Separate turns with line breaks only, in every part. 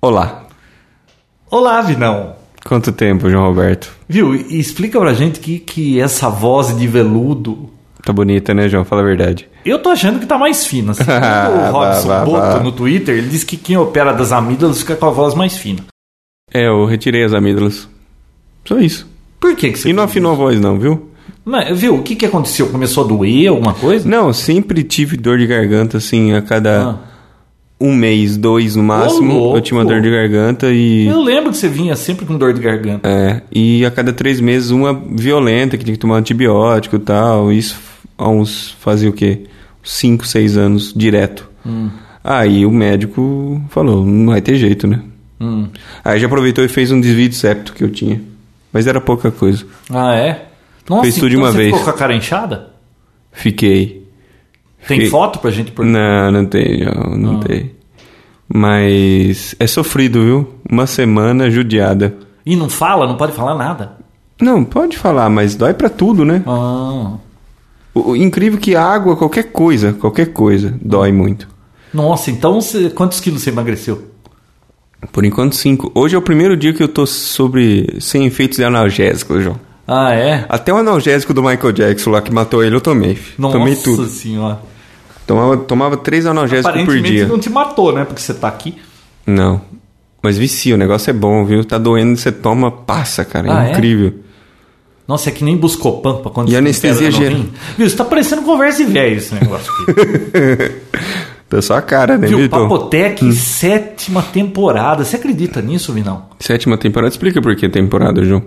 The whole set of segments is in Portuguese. Olá.
Olá, Vinão.
Quanto tempo, João Roberto?
Viu, e explica pra gente que, que essa voz de veludo.
Tá bonita, né, João? Fala a verdade.
Eu tô achando que tá mais fina. Assim,
Ah,
o Robson
vá, vá,
Boto
vá.
no Twitter, ele diz que quem opera das amígdalas fica com a voz mais fina.
É, eu retirei as amígdalas. Só isso.
Por que, que você.
E não
fez
afinou a voz, não, viu?
isso? Mas, viu, o que, que aconteceu? Começou a doer alguma coisa?
Não, sempre tive dor de garganta, assim, a cada
Ah,
um mês, dois no máximo.
louco.
Eu tinha uma dor de garganta e.
Eu lembro que você vinha sempre com dor de garganta.
É, e a cada três meses uma violenta, que tinha que tomar antibiótico e tal. Isso há uns. fazia o quê? Cinco, seis anos direto.
Hum.
Aí o médico falou: não vai ter jeito, né?
Hum.
Aí já aproveitou e fez um desvio de septo que eu tinha. Mas era pouca coisa.
Ah, é? Nossa,
Fez tudo de
então
uma
você
vez.
ficou com a cara inchada?
Fiquei.
Tem
Fiquei.
foto pra gente por Ah.
Não, não tem, João, não tem. Mas é sofrido, viu? Uma semana judiada.
E não fala, não pode falar nada.
Não, pode falar, mas dói pra tudo, né?
Ah.
O, o incrível é que a água, qualquer coisa, qualquer coisa, dói muito.
Nossa, então você- quantos quilos você emagreceu?
Por enquanto, cinco. Hoje é o primeiro dia que eu tô sobre sem efeitos analgésicos, João.
Ah, é?
Até o analgésico do Michael Jackson lá que matou ele, eu tomei. fi.
Nossa
Tomei tudo.
senhora.
Tomava, tomava três analgésicos por
Aparentemente
dia.
não te matou, né? Porque você tá aqui.
Não. Mas vicia, o negócio é bom, viu? Tá doendo, você toma, passa, cara.
Ah, é?
é incrível.
Nossa, é que nem Buscopan pra quando
E
você tem
anestesia
pedra no
geral.
rim. Viu, isso tá parecendo conversa e velho esse negócio aqui.
Da sua cara, né,
Viu,
Vitor?
Papotec, sétima temporada. Você acredita nisso, Vinão?
Sétima temporada. Explica por que temporada, João.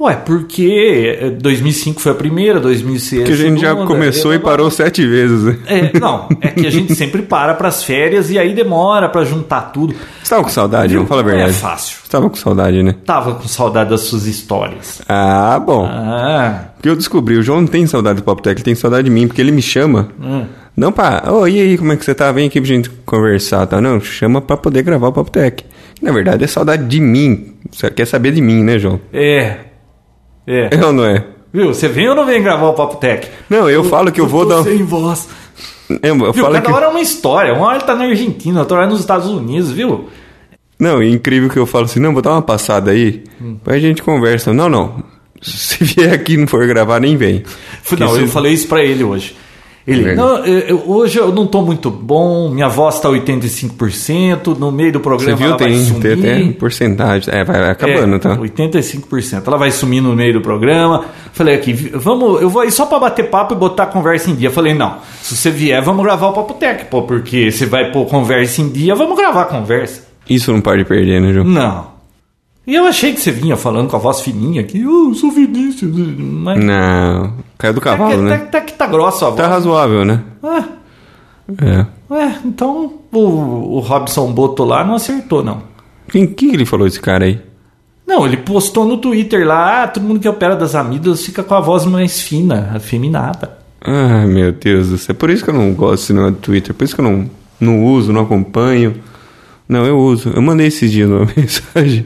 Ué, porque eh, 2005 foi a primeira, 2006
Porque a gente já
segunda,
começou e
agora-
parou sete vezes, né?
É, não, é que a gente sempre para pras férias e aí demora pra juntar tudo.
Você tava com saudade,
Viu?
João? Fala a
Não
verdade.
É fácil.
Você tava com saudade, né?
Tava com saudade das suas histórias.
Ah, bom.
Ah,
Porque eu descobri, o João não tem saudade do Papo Tech, ele tem saudade de mim, porque ele me chama. Não pra, ô, e aí, como é que você tá? Vem aqui pra gente conversar, tá? Não, chama pra poder gravar o Papo Tech. Na verdade, é saudade de mim. Você quer saber de mim, né, João?
é. É.
É ou não é?
Viu, você vem ou não vem gravar o Papo Tech?
Não, eu falo que eu vou
tô
dar.
sem voz.
Eu, eu
Viu,
falo
cada
que...
hora é uma história. Uma hora ele tá na Argentina, outra hora é nos Estados Unidos, viu?
Não, é incrível que eu falo assim, não, vou dar uma passada aí, aí a gente conversa. Não, não. Se vier aqui e não for gravar, nem vem.
Fui- Não,
Porque
eu
se-
falei isso pra ele hoje. Ele,
Verdade.
não, eu- eu- hoje eu não tô muito bom, minha voz tá 85%, no meio do
Você
programa
viu,
ela vai
tem, tem
sumir.
até porcentagem. É, vai acabando,
É,
tá?
85%. Ela vai sumir no meio do programa. Falei aqui, vi- vamos, eu vou aí só pra bater papo e botar a conversa em dia. Falei, não, se você vier, vamos gravar o Papo Tech, pô, porque você vai pôr conversa em dia, vamos gravar a conversa.
Isso não pode perder, né, João?
Não. E eu achei que você vinha falando com a voz fininha aqui, "Ah, eu sou Vinícius, mas
Não. Caiu do
até,
Hum, cavalo,
Tá que,
né?
até- até que tá grossa a voz.
Tá razoável, né?
Ah,
É.
ué, então o, o Robson Boto lá não acertou, não.
Quem, quem que ele falou esse cara aí?
Não, ele postou no Twitter lá, ah, todo mundo que opera das amígdalas fica com a voz mais fina, afeminada.
Ai, meu Deus do céu. Por isso que eu não gosto de cinema do Twitter. Por isso que eu não, não uso, não acompanho. Não, eu uso. Eu mandei esses dias uma mensagem.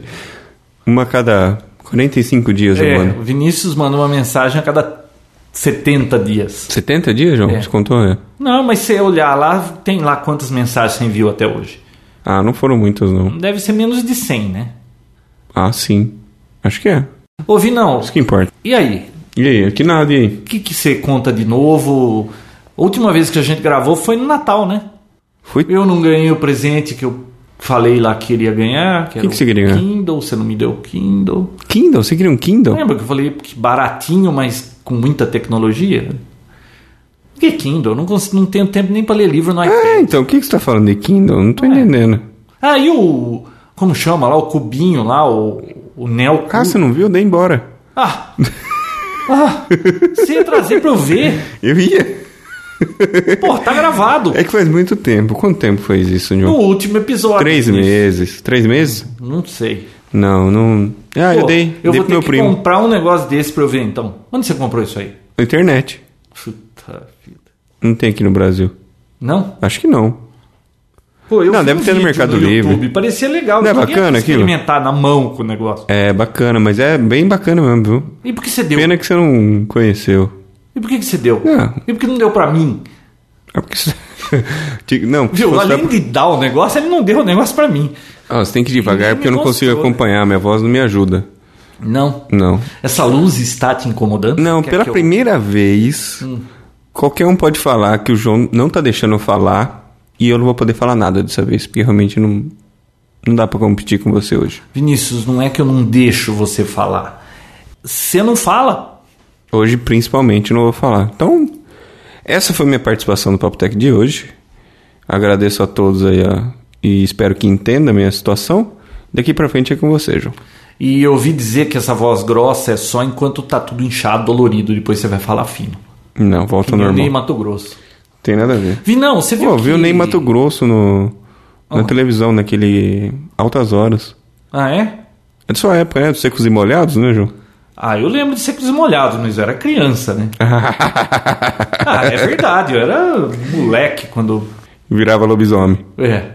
Uma a cada 45 dias eu
É,
mando.
o Vinícius manda uma mensagem a cada 70 dias.
70 dias, João?
É.
Você contou? É.
Não, mas se você olhar lá, tem lá quantas mensagens você enviou até hoje.
Ah, não foram muitas, não.
Deve ser menos de 100, né?
Ah, sim. Acho que é.
Ô, Vinão,
Isso que importa.
e aí?
E aí? Que nada, e aí?
O que, que você conta de novo? A última vez que a gente gravou foi no Natal, né?
Foi...
Eu não ganhei o presente que eu falei lá que iria ganhar. Que, era
que você queria ganhar?
Kindle, você não me deu o Kindle.
Kindle?
É.
Você queria um Kindle?
Lembra que eu falei que baratinho, mas com muita tecnologia? Que Kindle? Eu não, cons- não tenho tempo nem pra ler livro no iPad.
Ah, então, o que, que você tá falando de Kindle? Não
É.
tô entendendo.
Ah, e o. Como chama lá? O cubinho lá, o. O Neo.
Ah, você não viu? Dei embora.
Ah! Ah! Você ia trazer pra eu ver?
Eu ia.
Pô, tá gravado.
É que faz muito tempo. Quanto tempo foi isso,
No
João?
último episódio.
Três
disso.
meses. Três meses?
Não sei.
Não, não. Ah, eu
Pô,
dei.
Eu
dei
vou
pro
ter
meu
que
primo.
comprar um negócio desse pra eu ver então. Onde você comprou isso aí?
Na Internet.
Puta vida.
Não tem aqui no Brasil.
Não?
Acho que não.
Pô, eu
Não,
vi
deve
um
ter no
vídeo
Mercado Livre.
Parecia legal.
Não é
eu queria
bacana aquilo?
experimentar na mão com o negócio.
É bacana, mas é bem bacana mesmo, viu?
E por que você deu?
Pena É. que você não conheceu.
E por que que você deu?
Não.
E por que não deu pra mim?
É porque você... Digo, Não, se
Viu?
fosse pra-
Além de dar o negócio, ele não deu o negócio pra mim.
Ah, você tem que ir devagar
Ele
porque eu não
me
consigo
mostrou. né?
acompanhar. Minha voz não me ajuda.
Não.
Não.
Essa luz está te incomodando?
Não,
Quer
pela
que eu- Hum.
primeira vez, qualquer um pode falar que o João não tá deixando eu falar e eu não vou poder falar nada dessa vez, porque realmente não, não dá pra competir com você hoje.
Vinícius, não é que eu não deixo você falar. Você não fala.
Hoje, principalmente, eu não vou falar. Então, essa foi minha participação no Papo Tech de hoje. Agradeço a todos aí a- e espero que entenda a minha situação. Daqui pra frente é com você, João.
E eu ouvi dizer que essa voz grossa é só enquanto tá tudo inchado, dolorido, depois você vai falar fino.
Não, volta ao Tá
Eu
normal.
nem Mato Grosso.
Tem nada a ver.
Vi, não, você viu
Pô,
que...
viu o Ney Mato Grosso no, na televisão, naquele Altas Horas.
Ah, é?
É de sua época, né? Dos secos e molhados, né, João?
Ah, eu lembro de secos e molhados, mas eu era criança, né? ah, é verdade, eu era moleque quando...
Virava lobisomem.
É.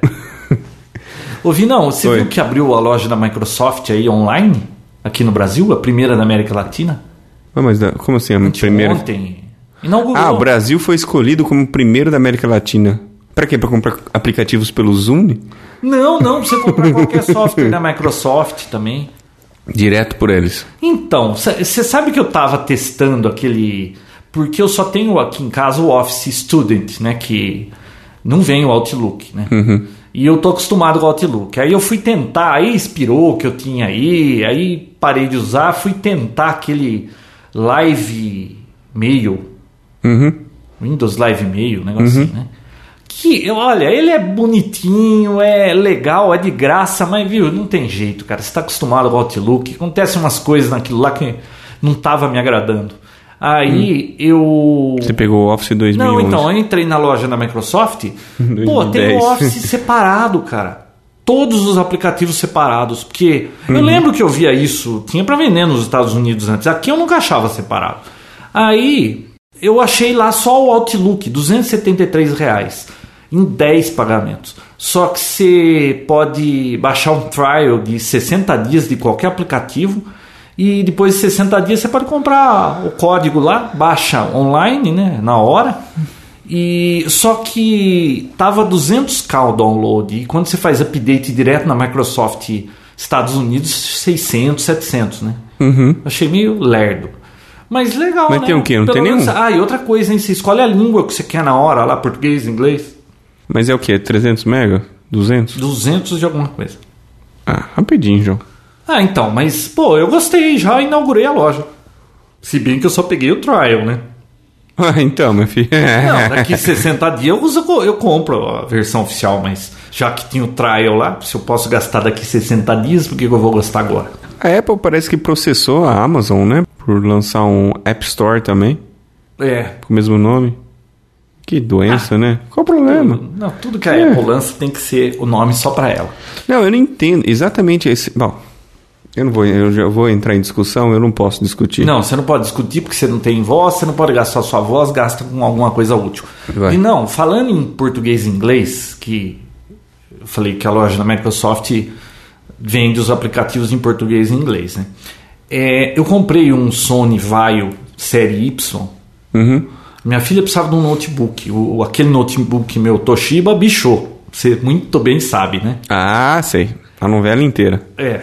Ô, Vi, não, você
Oi.
viu que abriu a loja da Microsoft aí online? Aqui no Brasil, a primeira da América Latina?
Ah, mas da- como assim? A primeira...
Ontem. Inaugurou.
Ah, o Brasil foi escolhido como o primeiro da América Latina. Pra quê? Pra comprar aplicativos pelo Zoom?
Não, não, pra você comprar qualquer software da Microsoft também.
Direto por eles.
Então, você sabe que eu tava testando aquele. Porque eu só tenho aqui em casa o Office Student, né? Que não vem o Outlook, né? E eu tô acostumado com o Outlook. Aí eu fui tentar, aí expirou o que eu tinha aí, aí parei de usar, fui tentar aquele Live Mail. Windows Live Mail, um negócio assim, né? Que, olha, ele é bonitinho, é legal, é de graça, mas viu, não tem jeito, cara. Você tá acostumado com o Outlook, acontece umas coisas naquilo lá que não tava me agradando. Aí eu.
Você pegou o Office 2011.
Não, então, eu entrei na loja da Microsoft. pô, tem o
2010.
Office separado, cara. Todos os aplicativos separados. Porque eu lembro que eu via isso, tinha pra vender nos Estados Unidos antes. Aqui eu nunca achava separado. Aí eu achei lá só o Outlook, 273 reais em 10 pagamentos. Só que você pode baixar um trial de 60 dias de qualquer aplicativo e depois de 60 dias você pode comprar o código lá, baixa online, né, na hora. E só que tava 200k o download e quando você faz update direto na Microsoft Estados Unidos, 600, 700, né? Achei meio lerdo. Mas legal,
Uhum. Mas
né?
tem o quê? Não tem
menos-
nenhum?
Ah, e outra coisa, hein? Você escolhe a língua que você quer na hora lá, português, inglês,
Mas é o quê? 300 mega? 200?
200 de alguma coisa.
Ah, rapidinho, João.
Ah, então, mas pô, eu gostei, já inaugurei a loja. Se bem que eu só peguei o trial, né?
Ah, então, meu filho.
Não, daqui 60 dias eu, uso- eu compro a versão oficial, mas já que tinha o trial lá, se eu posso gastar daqui 60 dias, por que que eu vou gastar agora?
A Apple parece que processou a Amazon, né? Por lançar um App Store também,
É.
com o mesmo nome. Que doença, né? Qual o problema?
Não, Ah. tudo que a
É.
Apple lança tem que ser o nome só pra ela.
Não, eu não entendo exatamente esse. Bom, eu não vou, eu já vou entrar em discussão, eu não posso discutir.
Não, você não pode discutir porque você não tem voz, você não pode gastar sua voz, gasta com alguma coisa útil.
Vai.
E não, falando em português e inglês, que eu falei que a loja da Microsoft vende os aplicativos em português e inglês, né? É, eu comprei um Sony Vaio série Y.
Uhum.
Minha filha precisava de um notebook. O, aquele notebook meu Toshiba bichou. Você muito bem sabe, né?
Ah, sei. A novela inteira.
É.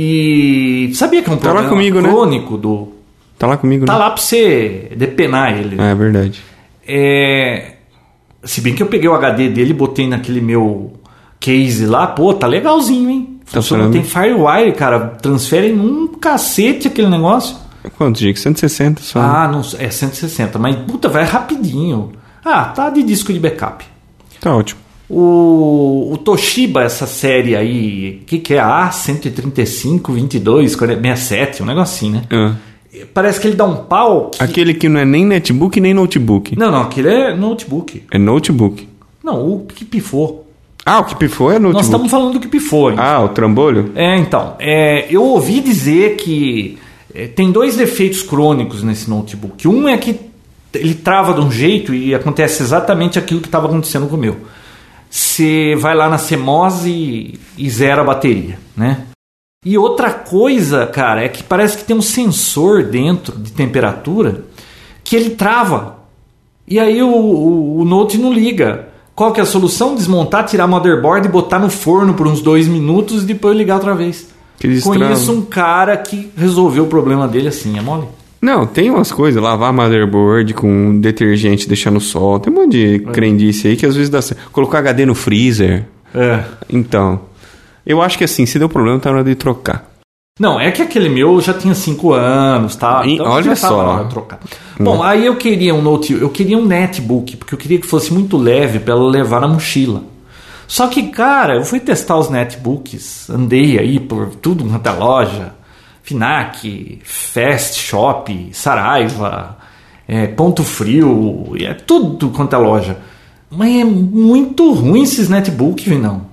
E sabia que é um
lá
problema
comigo, né?
crônico do
Tá lá comigo,
Tá
né?
lá pra você depenar ele. né?
Ah, é verdade.
É, Se bem que eu peguei o HD dele e botei naquele meu case lá, pô, tá legalzinho, hein?
Tá
Funciona,
funcionando.
tem Firewire, cara. Transfere em um cacete aquele negócio.
Quantos gigas? 160 só. né?
Ah, não, é 160, mas puta, vai rapidinho. Ah, tá de disco de backup.
Tá ótimo.
O, o Toshiba, essa série aí, que que é? A135, 22, 40, 67, um negocinho, né?
Ah.
Parece que ele dá um pau. que-
Aquele que não é nem netbook nem notebook.
Não, não, aquele é notebook.
É notebook.
Não, o que pifou.
Ah, o que pifou é
Nós
notebook.
estamos falando do que pifou. hein?
Ah, o trambolho?
É, então, é, eu ouvi dizer que é, tem dois defeitos crônicos nesse notebook. Um é que ele trava de um jeito e acontece exatamente aquilo que estava acontecendo com o meu. Você vai lá na Semose e, e zera a bateria, né? E outra coisa, cara, é que parece que tem um sensor dentro de temperatura que ele trava. E aí o, o, o Note não liga. Qual que é a solução? Desmontar, tirar a motherboard e botar no forno por uns dois minutos e depois ligar outra vez.
Que destrava.
Conheço um cara que resolveu o problema dele assim, é mole?
Não, tem umas coisas, lavar motherboard com detergente, deixar no sol, tem um monte de crendice aí que às vezes dá certo. Colocar HD no freezer.
É.
Então, eu acho que assim, se deu problema, tá na hora de trocar.
Não, é que aquele meu já tinha 5 anos, tá?
E olha
já tava
só. Hum.
na hora de trocar. Bom, aí eu queria um note, eu queria um netbook, porque eu queria que fosse muito leve pra ela levar na mochila. Só que, cara, eu fui testar os netbooks, andei aí por tudo quanto é loja, Finac, Fast Shop, Saraiva, é, Ponto Frio, e é tudo quanto é loja. Mas é muito ruim esses netbooks, Vinão.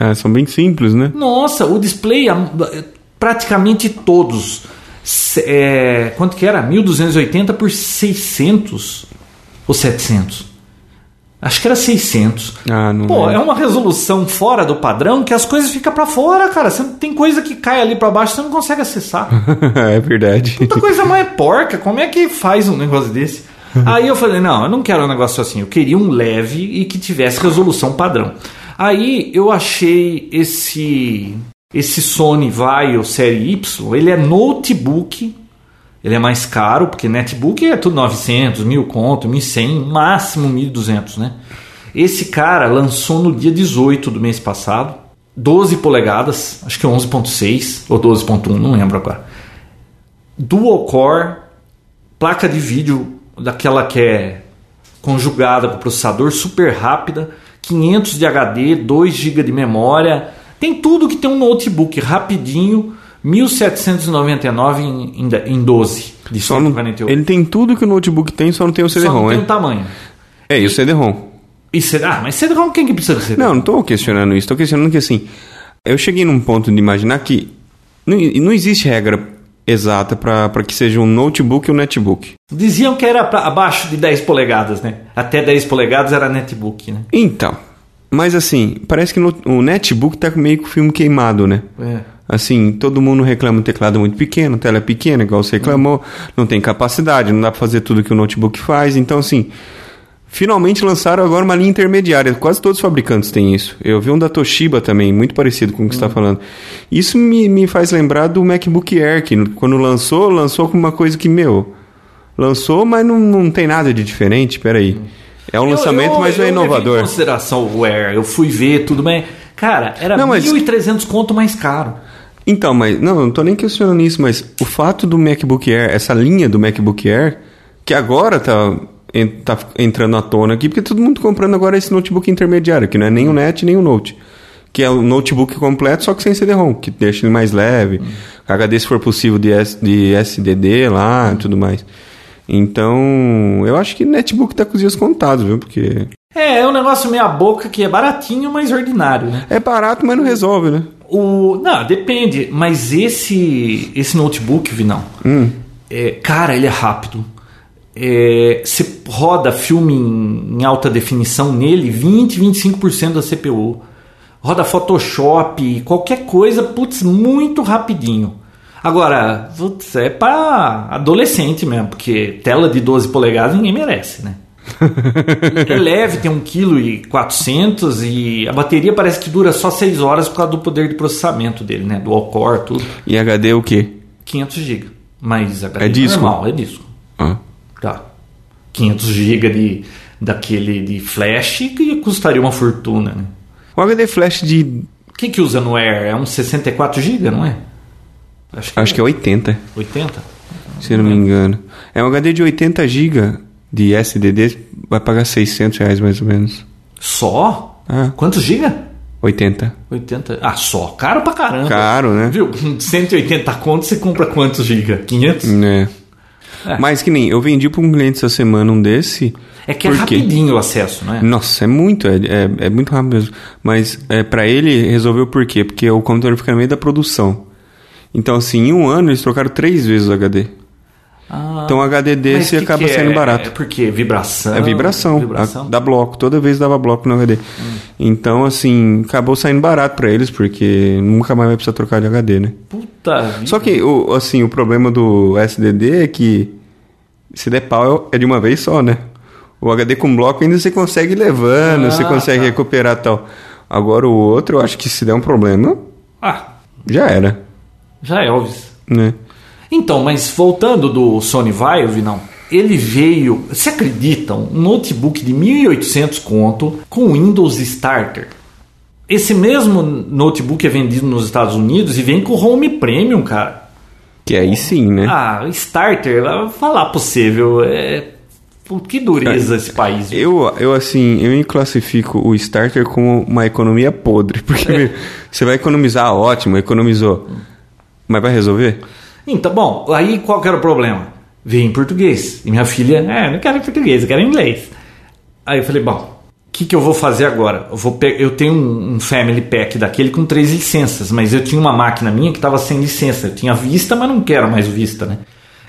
Ah, são bem simples, né?
Nossa, o display, a- é, praticamente todos. Se- é, quanto que era? 1280 por 600 ou 700? Acho que era 600.
Ah, não
Pô,
é.
é uma resolução fora do padrão que as coisas ficam pra fora, cara. Você, tem coisa que cai ali pra baixo você não consegue acessar.
é verdade.
Puta coisa mais porca, como é que faz um negócio desse? Aí eu falei, não, eu não quero um negócio assim, eu queria um leve e que tivesse resolução padrão. Aí eu achei esse esse Sony Vaio série Y, ele é notebook, ele é mais caro, porque netbook é tudo 900, 1000 conto, 1100, máximo 1200, né? Esse cara lançou no dia 18 do mês passado, 12 polegadas, acho que é 11.6 ou 12.1, não lembro agora dual core, placa de vídeo daquela que é conjugada com o processador, super rápida, 500 de HD, 2 GB de memória, tem tudo que tem um notebook rapidinho, 1799 em, em, em 12 de
Só não,
148.
ele tem tudo que o notebook tem, só não tem o
Só não
CD-ROM,
tem o
hein?
tamanho.
É, e o CD-ROM.
E será? Ah, mas CD-ROM quem que precisa de CD?
Não, não tô questionando isso. Tô questionando que assim, eu cheguei num ponto de imaginar que não, não existe regra exata pra pra que seja um notebook ou netbook.
Diziam que era pra- abaixo de 10 polegadas, né? Até 10 polegadas era netbook, né?
Então, mas assim, parece que no- o netbook tá meio com o filme queimado, né?
É.
Assim, todo mundo reclama do teclado muito pequeno, tela é pequena, igual você reclamou, não tem capacidade, não dá pra fazer tudo que o notebook faz. Então, assim, finalmente lançaram agora uma linha intermediária. Quase todos os fabricantes têm isso. Eu vi um da Toshiba também, muito parecido com o que
Hum.
você está falando. Isso me, me faz lembrar do MacBook Air, que quando lançou, lançou com uma coisa que, meu, lançou, mas não, não tem nada de diferente. Peraí. É um
Eu-
lançamento,
eu-
mas não é
eu um levei
inovador.
em consideração o Air, eu fui ver tudo, mas. Cara, era
Não, mas-
1.300 conto mais caro.
Então, mas não, eu não tô nem questionando isso, mas o fato do MacBook Air, essa linha do MacBook Air, que agora tá, en- tá entrando à tona aqui, porque todo mundo comprando agora esse notebook intermediário, que não é nem o Net, nem o Note. Que é o notebook completo, só que sem CD-ROM, que deixa ele mais leve, HD se for possível de, S, de SDD lá e tudo mais. Então, eu acho que netbook tá com os dias contados, viu? Porque
É, é um negócio meia boca que é baratinho, mas ordinário, né?
é barato, mas não resolve, né?
O, não, depende, mas esse esse notebook, Vinão, é, cara, ele é rápido. É, Você roda filme em, em alta definição nele, 20, 25% da CPU. Roda Photoshop, qualquer coisa, putz, muito rapidinho. Agora, putz, é pra adolescente mesmo, porque tela de 12 polegadas ninguém merece, né? É leve, tem 1,4kg e a bateria parece que dura só 6 horas por causa do poder de processamento dele, né? Do all-core, tudo.
E HD o quê?
500GB. Mas HD
É disco?
normal, é disco.
Ah.
Tá. 500GB de, daquele de flash que custaria uma fortuna, né?
O HD flash de
O que que usa no Air? É um 64GB, não é? Acho que,
Acho que é 80.
80?
se eu não me engano. É um HD de 80 GB de SDD, vai pagar 600 reais mais ou menos.
Só?
Ah.
Quantos giga?
80.
80. Ah, só. Caro pra caramba.
Caro, né?
Uhum. Viu? Com 180 conto você compra quantos giga? 500?
É. Mas que nem, eu vendi pra um cliente essa semana um desse.
É que é
porque-
rapidinho o acesso, né?
Nossa, é muito, é, é, é muito rápido mesmo. Mas é, para ele resolveu por quê? Porque o computador fica no meio da produção. Então, assim, em um ano eles trocaram três vezes o HD. então, o HD
Ah. Mas
desse
que
acaba
que é?
sendo barato.
É porque vibração.
É vibração,
Vibração. Hum.
a- dá bloco, toda vez dava bloco no HD. Então, assim, acabou saindo barato pra eles, porque nunca mais vai precisar trocar de HD, né?
Uhum. Puta vida.
Só que, o, assim, o problema do SDD é que se der pau é de uma vez só, né? O HD com bloco ainda você consegue ir levando,
Ah,
você consegue
tá.
recuperar e tal. Agora o outro, eu acho que se der um problema,
Ah,
já era,
já é Elvis.
né?
Então, mas voltando do Sony Vive, não. Ele veio, se acreditam, um notebook de 1.800 conto com Windows Starter. Esse mesmo notebook é vendido nos Estados Unidos e vem com Home Premium, cara.
Que aí sim, né?
Ah, Starter, lá, vou falar pra você, viu? É... Pô, Que dureza
É,
esse país. viu?
Eu, eu, assim, eu me classifico o starter como uma economia podre. Porque meu,
É.
você vai economizar, ótimo, economizou. Mas vai resolver?
Então, bom, aí qual que era o problema? Veio em português. E minha filha, é, não quero em português, eu quero em inglês. Aí eu falei, bom, o que, que eu vou fazer agora? Eu, vou pe- eu tenho um, um family pack daquele com três licenças, mas eu tinha uma máquina minha que estava sem licença. Eu tinha vista, mas não quero mais vista, né?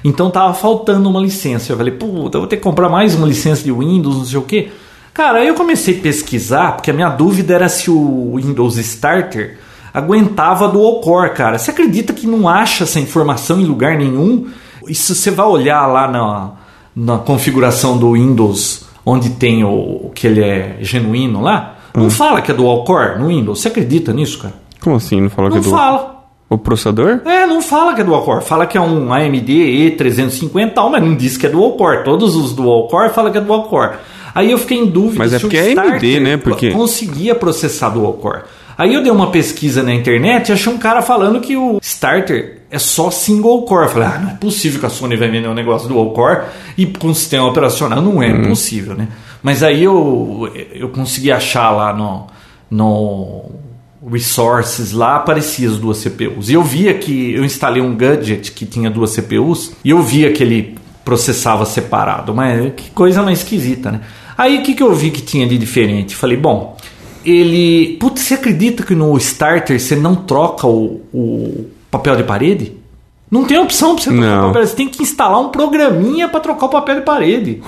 Então tava faltando uma licença. Eu falei, puta, eu vou ter que comprar mais uma licença de Windows, não sei o quê. Cara, aí eu comecei a pesquisar, porque a minha dúvida era se o Windows Starter aguentava dual core, cara. Você acredita que não acha essa informação em lugar nenhum? E se você vai olhar lá na, na configuração do Windows, onde tem o, o que ele é genuíno lá,
Hum.
não fala que é dual core no Windows. Você acredita nisso, cara?
Como assim? Não falou
Não
que é do...
fala.
O processador?
É, não fala que é dual core. Fala que é um AMD E350, tal, mas não diz que é dual core. Todos os dual core falam que é dual core. Aí eu fiquei em dúvida
Mas é
se o
porque é AMD,
Starter
né? Porque-
conseguia processar dual core. Aí eu dei uma pesquisa na internet e achei um cara falando que o starter é só single core. Eu falei, ah, não é possível que a Sony vai vender um negócio dual core e com sistema operacional não é
Uhum.
possível, né? Mas aí eu, eu consegui achar lá no, no Resources lá aparecia as duas CPUs. E eu via que eu instalei um gadget que tinha duas CPUs e eu via que ele processava separado, mas é que coisa mais esquisita, né? Aí o que, que eu vi que tinha de diferente? Falei, bom, ele. Putz, você acredita que no starter você não troca o, o papel de parede? Não tem opção pra você trocar
Não.
o papel. Você tem que instalar um programinha pra trocar o papel de parede.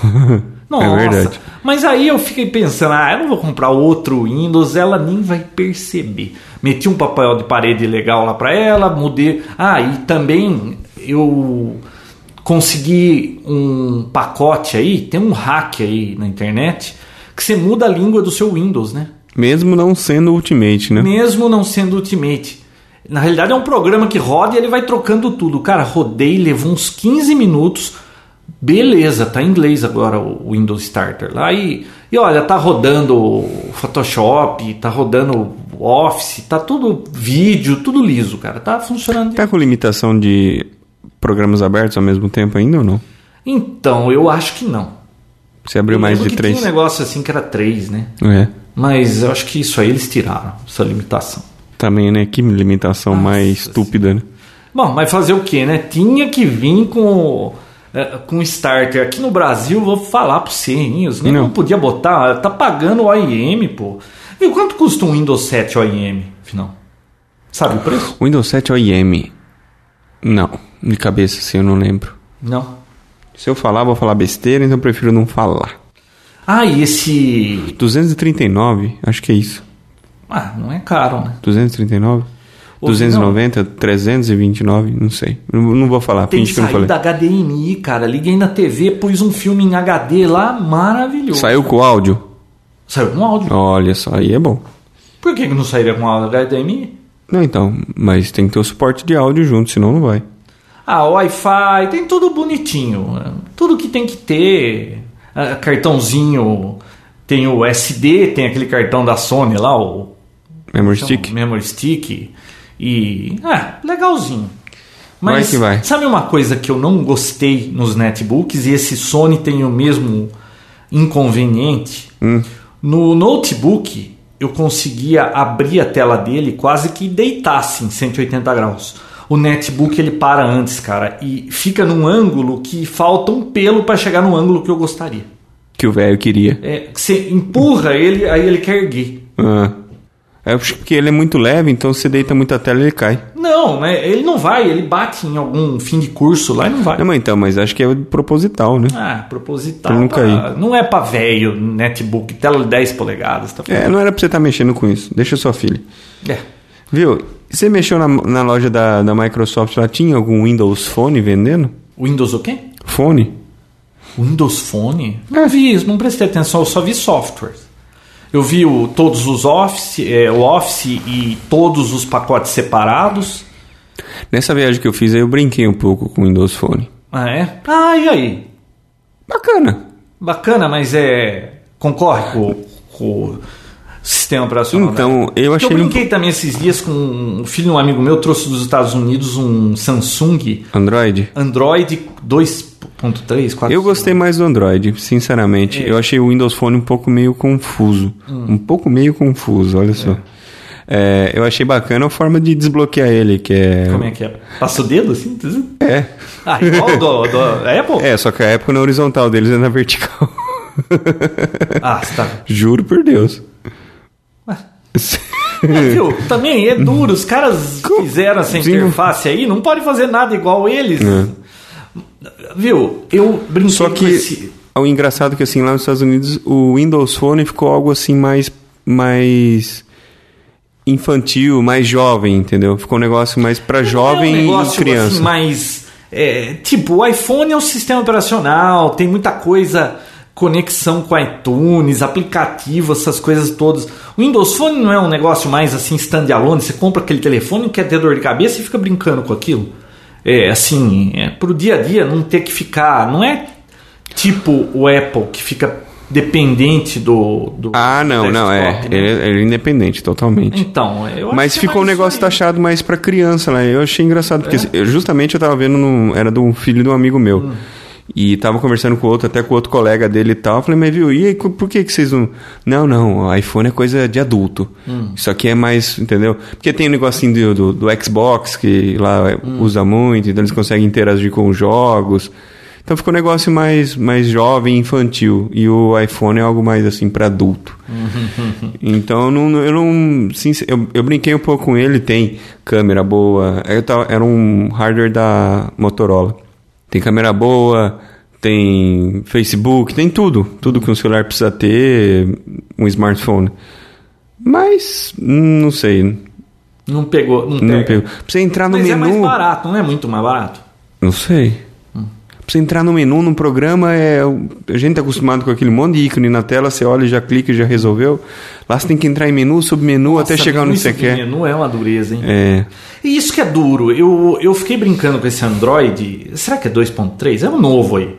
Nossa.
verdade.
Mas aí eu fiquei pensando, ah, eu não vou comprar outro Windows, ela nem vai perceber. Meti um papel de parede legal lá pra ela, mudei. Ah, e também eu consegui um pacote aí, tem um hack aí na internet, que você muda a língua do seu Windows, né?
Mesmo não sendo Ultimate, né?
Mesmo não sendo Ultimate. Na realidade é um programa que roda e ele vai trocando tudo. Cara, rodei, levou uns 15 minutos. Beleza, tá em inglês agora o Windows Starter lá. E, e olha, tá rodando o Photoshop, tá rodando o Office, tá tudo vídeo, tudo liso, cara. Tá funcionando.
Tá com limitação de programas abertos ao mesmo tempo ainda ou não?
Então, eu acho que não.
Você abriu
Eu
mais
lembro
de
que
três?
Tinha um negócio assim que era três, né?
É.
Mas eu acho que isso aí eles tiraram, essa limitação.
Também, né? Que limitação mais estúpida, né?
Bom, mas fazer o que, né? Tinha que vir com eh, com o starter. Aqui no Brasil, vou falar para você, hein? Os não.
Não.
não podia botar, tá pagando OIM, pô. E quanto custa um Windows 7 OIM, afinal? Sabe o preço?
Windows 7 OIM. Não. De cabeça, assim, eu não lembro.
Não.
Se eu falar, vou falar besteira, então eu prefiro não falar.
Ah, e esse.
239, acho que é isso.
Ah, não é caro, né?
239?
Ô,
290, 329, não sei. Não, não vou falar,
Tem que
finge que eu não
sair
falei.
da HDMI, cara. Liguei na TV, pus um filme em HD lá, maravilhoso.
Saiu com áudio?
Saiu com áudio.
Olha só, aí é bom.
Por que que não sairia com áudio HDMI?
Não, então, mas tem que ter o suporte de áudio junto, senão não vai.
Ah, Wi-Fi, tem tudo bonitinho. né? Tudo que tem que ter. Ah, Cartãozinho, tem o SD, tem aquele cartão da Sony lá, o
Memory
chama?
Stick?
Memory Stick. E. Ah, é, legalzinho. Mas
que vai.
sabe uma coisa que eu não gostei nos netbooks e esse Sony tem o mesmo inconveniente?
Hum.
No notebook eu conseguia abrir a tela dele quase que deitasse em 180 graus. O netbook ele para antes, cara, e fica num ângulo que falta um pelo para chegar no ângulo que eu gostaria.
Que o velho queria.
É, você empurra ele, aí ele quer erguer.
Ah. É porque ele é muito leve, então você deita muito a tela e ele cai.
Não, né? Ele não vai, ele bate em algum fim de curso lá e não vai.
Não, mas então, mas acho que é proposital, né?
Ah, proposital.
Pra não
pra-
cair.
não é pra velho, netbook, tela de 10 polegadas, tá
É, não era pra você estar mexendo com isso. Deixa sua filha.
É.
Viu? Você mexeu na, na loja da, da Microsoft lá? Tinha algum Windows Phone vendendo?
Windows o quê?
Fone?
Windows Phone? Não vi isso, não prestei atenção, eu só vi softwares. Eu vi o, todos os Office, é, o Office e todos os pacotes separados.
Nessa viagem que eu fiz aí, eu brinquei um pouco com o Windows Phone.
Ah, é? Ah, e aí?
Bacana.
Bacana, mas é. Concorre com, com o sistema operacional. da
Então, eu
Porque
achei...
Eu
um-
brinquei também esses dias com um filho, de um amigo meu, trouxe dos Estados Unidos um Samsung
Android?
Android 2.3, 4.
Eu gostei mais do Android, sinceramente.
É.
Eu achei o Windows Phone um pouco meio confuso.
Hum.
Um pouco meio confuso, olha só. É, eu achei bacana a forma de desbloquear ele, que é...
Como é que é? Passa o dedo assim? tuzu?
É.
Ah, igual do, do Apple?
É, só que a época na horizontal deles é na vertical.
Ah, você tá.
Juro por Deus.
Ah, viu? Também é duro. Os caras fizeram essa
Sim. É.
interface aí, não pode fazer nada igual eles. Viu? Eu brinquei
Só
com
que
esse.
o engraçado é que assim lá nos Estados Unidos o Windows Phone ficou algo assim mais mais infantil, mais jovem, entendeu? Ficou um negócio mais pra jovem
é um
e
negócio,
criança.
Assim, mais, é, tipo, o iPhone é um sistema operacional, tem muita coisa, conexão com iTunes, aplicativo, essas coisas todas. O Windows Phone não é um negócio mais assim, standalone, você compra aquele telefone, quer ter dor de cabeça e fica brincando com aquilo. É assim, é, pro dia a dia não ter que ficar. Não é tipo o Apple que fica dependente do. do
Ah, não, não é.
desktop, né?
Ele, é- ele é independente totalmente.
Então, eu acho
Mas
que é
ficou um
mais
negócio
isso aí. É?
taxado mais pra criança lá. Eu achei engraçado, porque eu- justamente eu tava vendo, num- era de um filho de um amigo meu. E tava conversando com outro, até com outro colega dele e tal. Eu falei, mas viu, e aí, co- por que, que vocês não. Não, não, o iPhone é coisa de adulto. Isso aqui é mais, entendeu? Porque tem o negocinho do, do, do Xbox, que lá é, usa muito, então eles conseguem interagir com os jogos. Então ficou um negócio mais, mais jovem, infantil. E o iPhone é algo mais assim pra adulto. Então eu não, eu não. sincer- Eu, eu brinquei um pouco com ele, tem câmera boa. Eu tava- era um hardware da Motorola. Tem câmera boa, tem Facebook, tem tudo. Tudo que um celular precisa ter, um smartphone. Mas, hum, não sei.
Não pegou, não,
Não
pega.
pego. Pra você entrar no
Mas
menu.
é mais barato, não é muito mais barato?
Não sei. Pra você entrar no menu, num programa, é... a gente tá acostumado com aquele monte de ícone na tela, você olha e já clica e já resolveu. Lá você tem que entrar em menu, submenu, até chegar onde
Isso
você
de
quer.
Menu é uma dureza, hein?
É.
E isso que é duro. Eu, eu fiquei brincando com esse Android. Será que é 2.3? É um novo aí.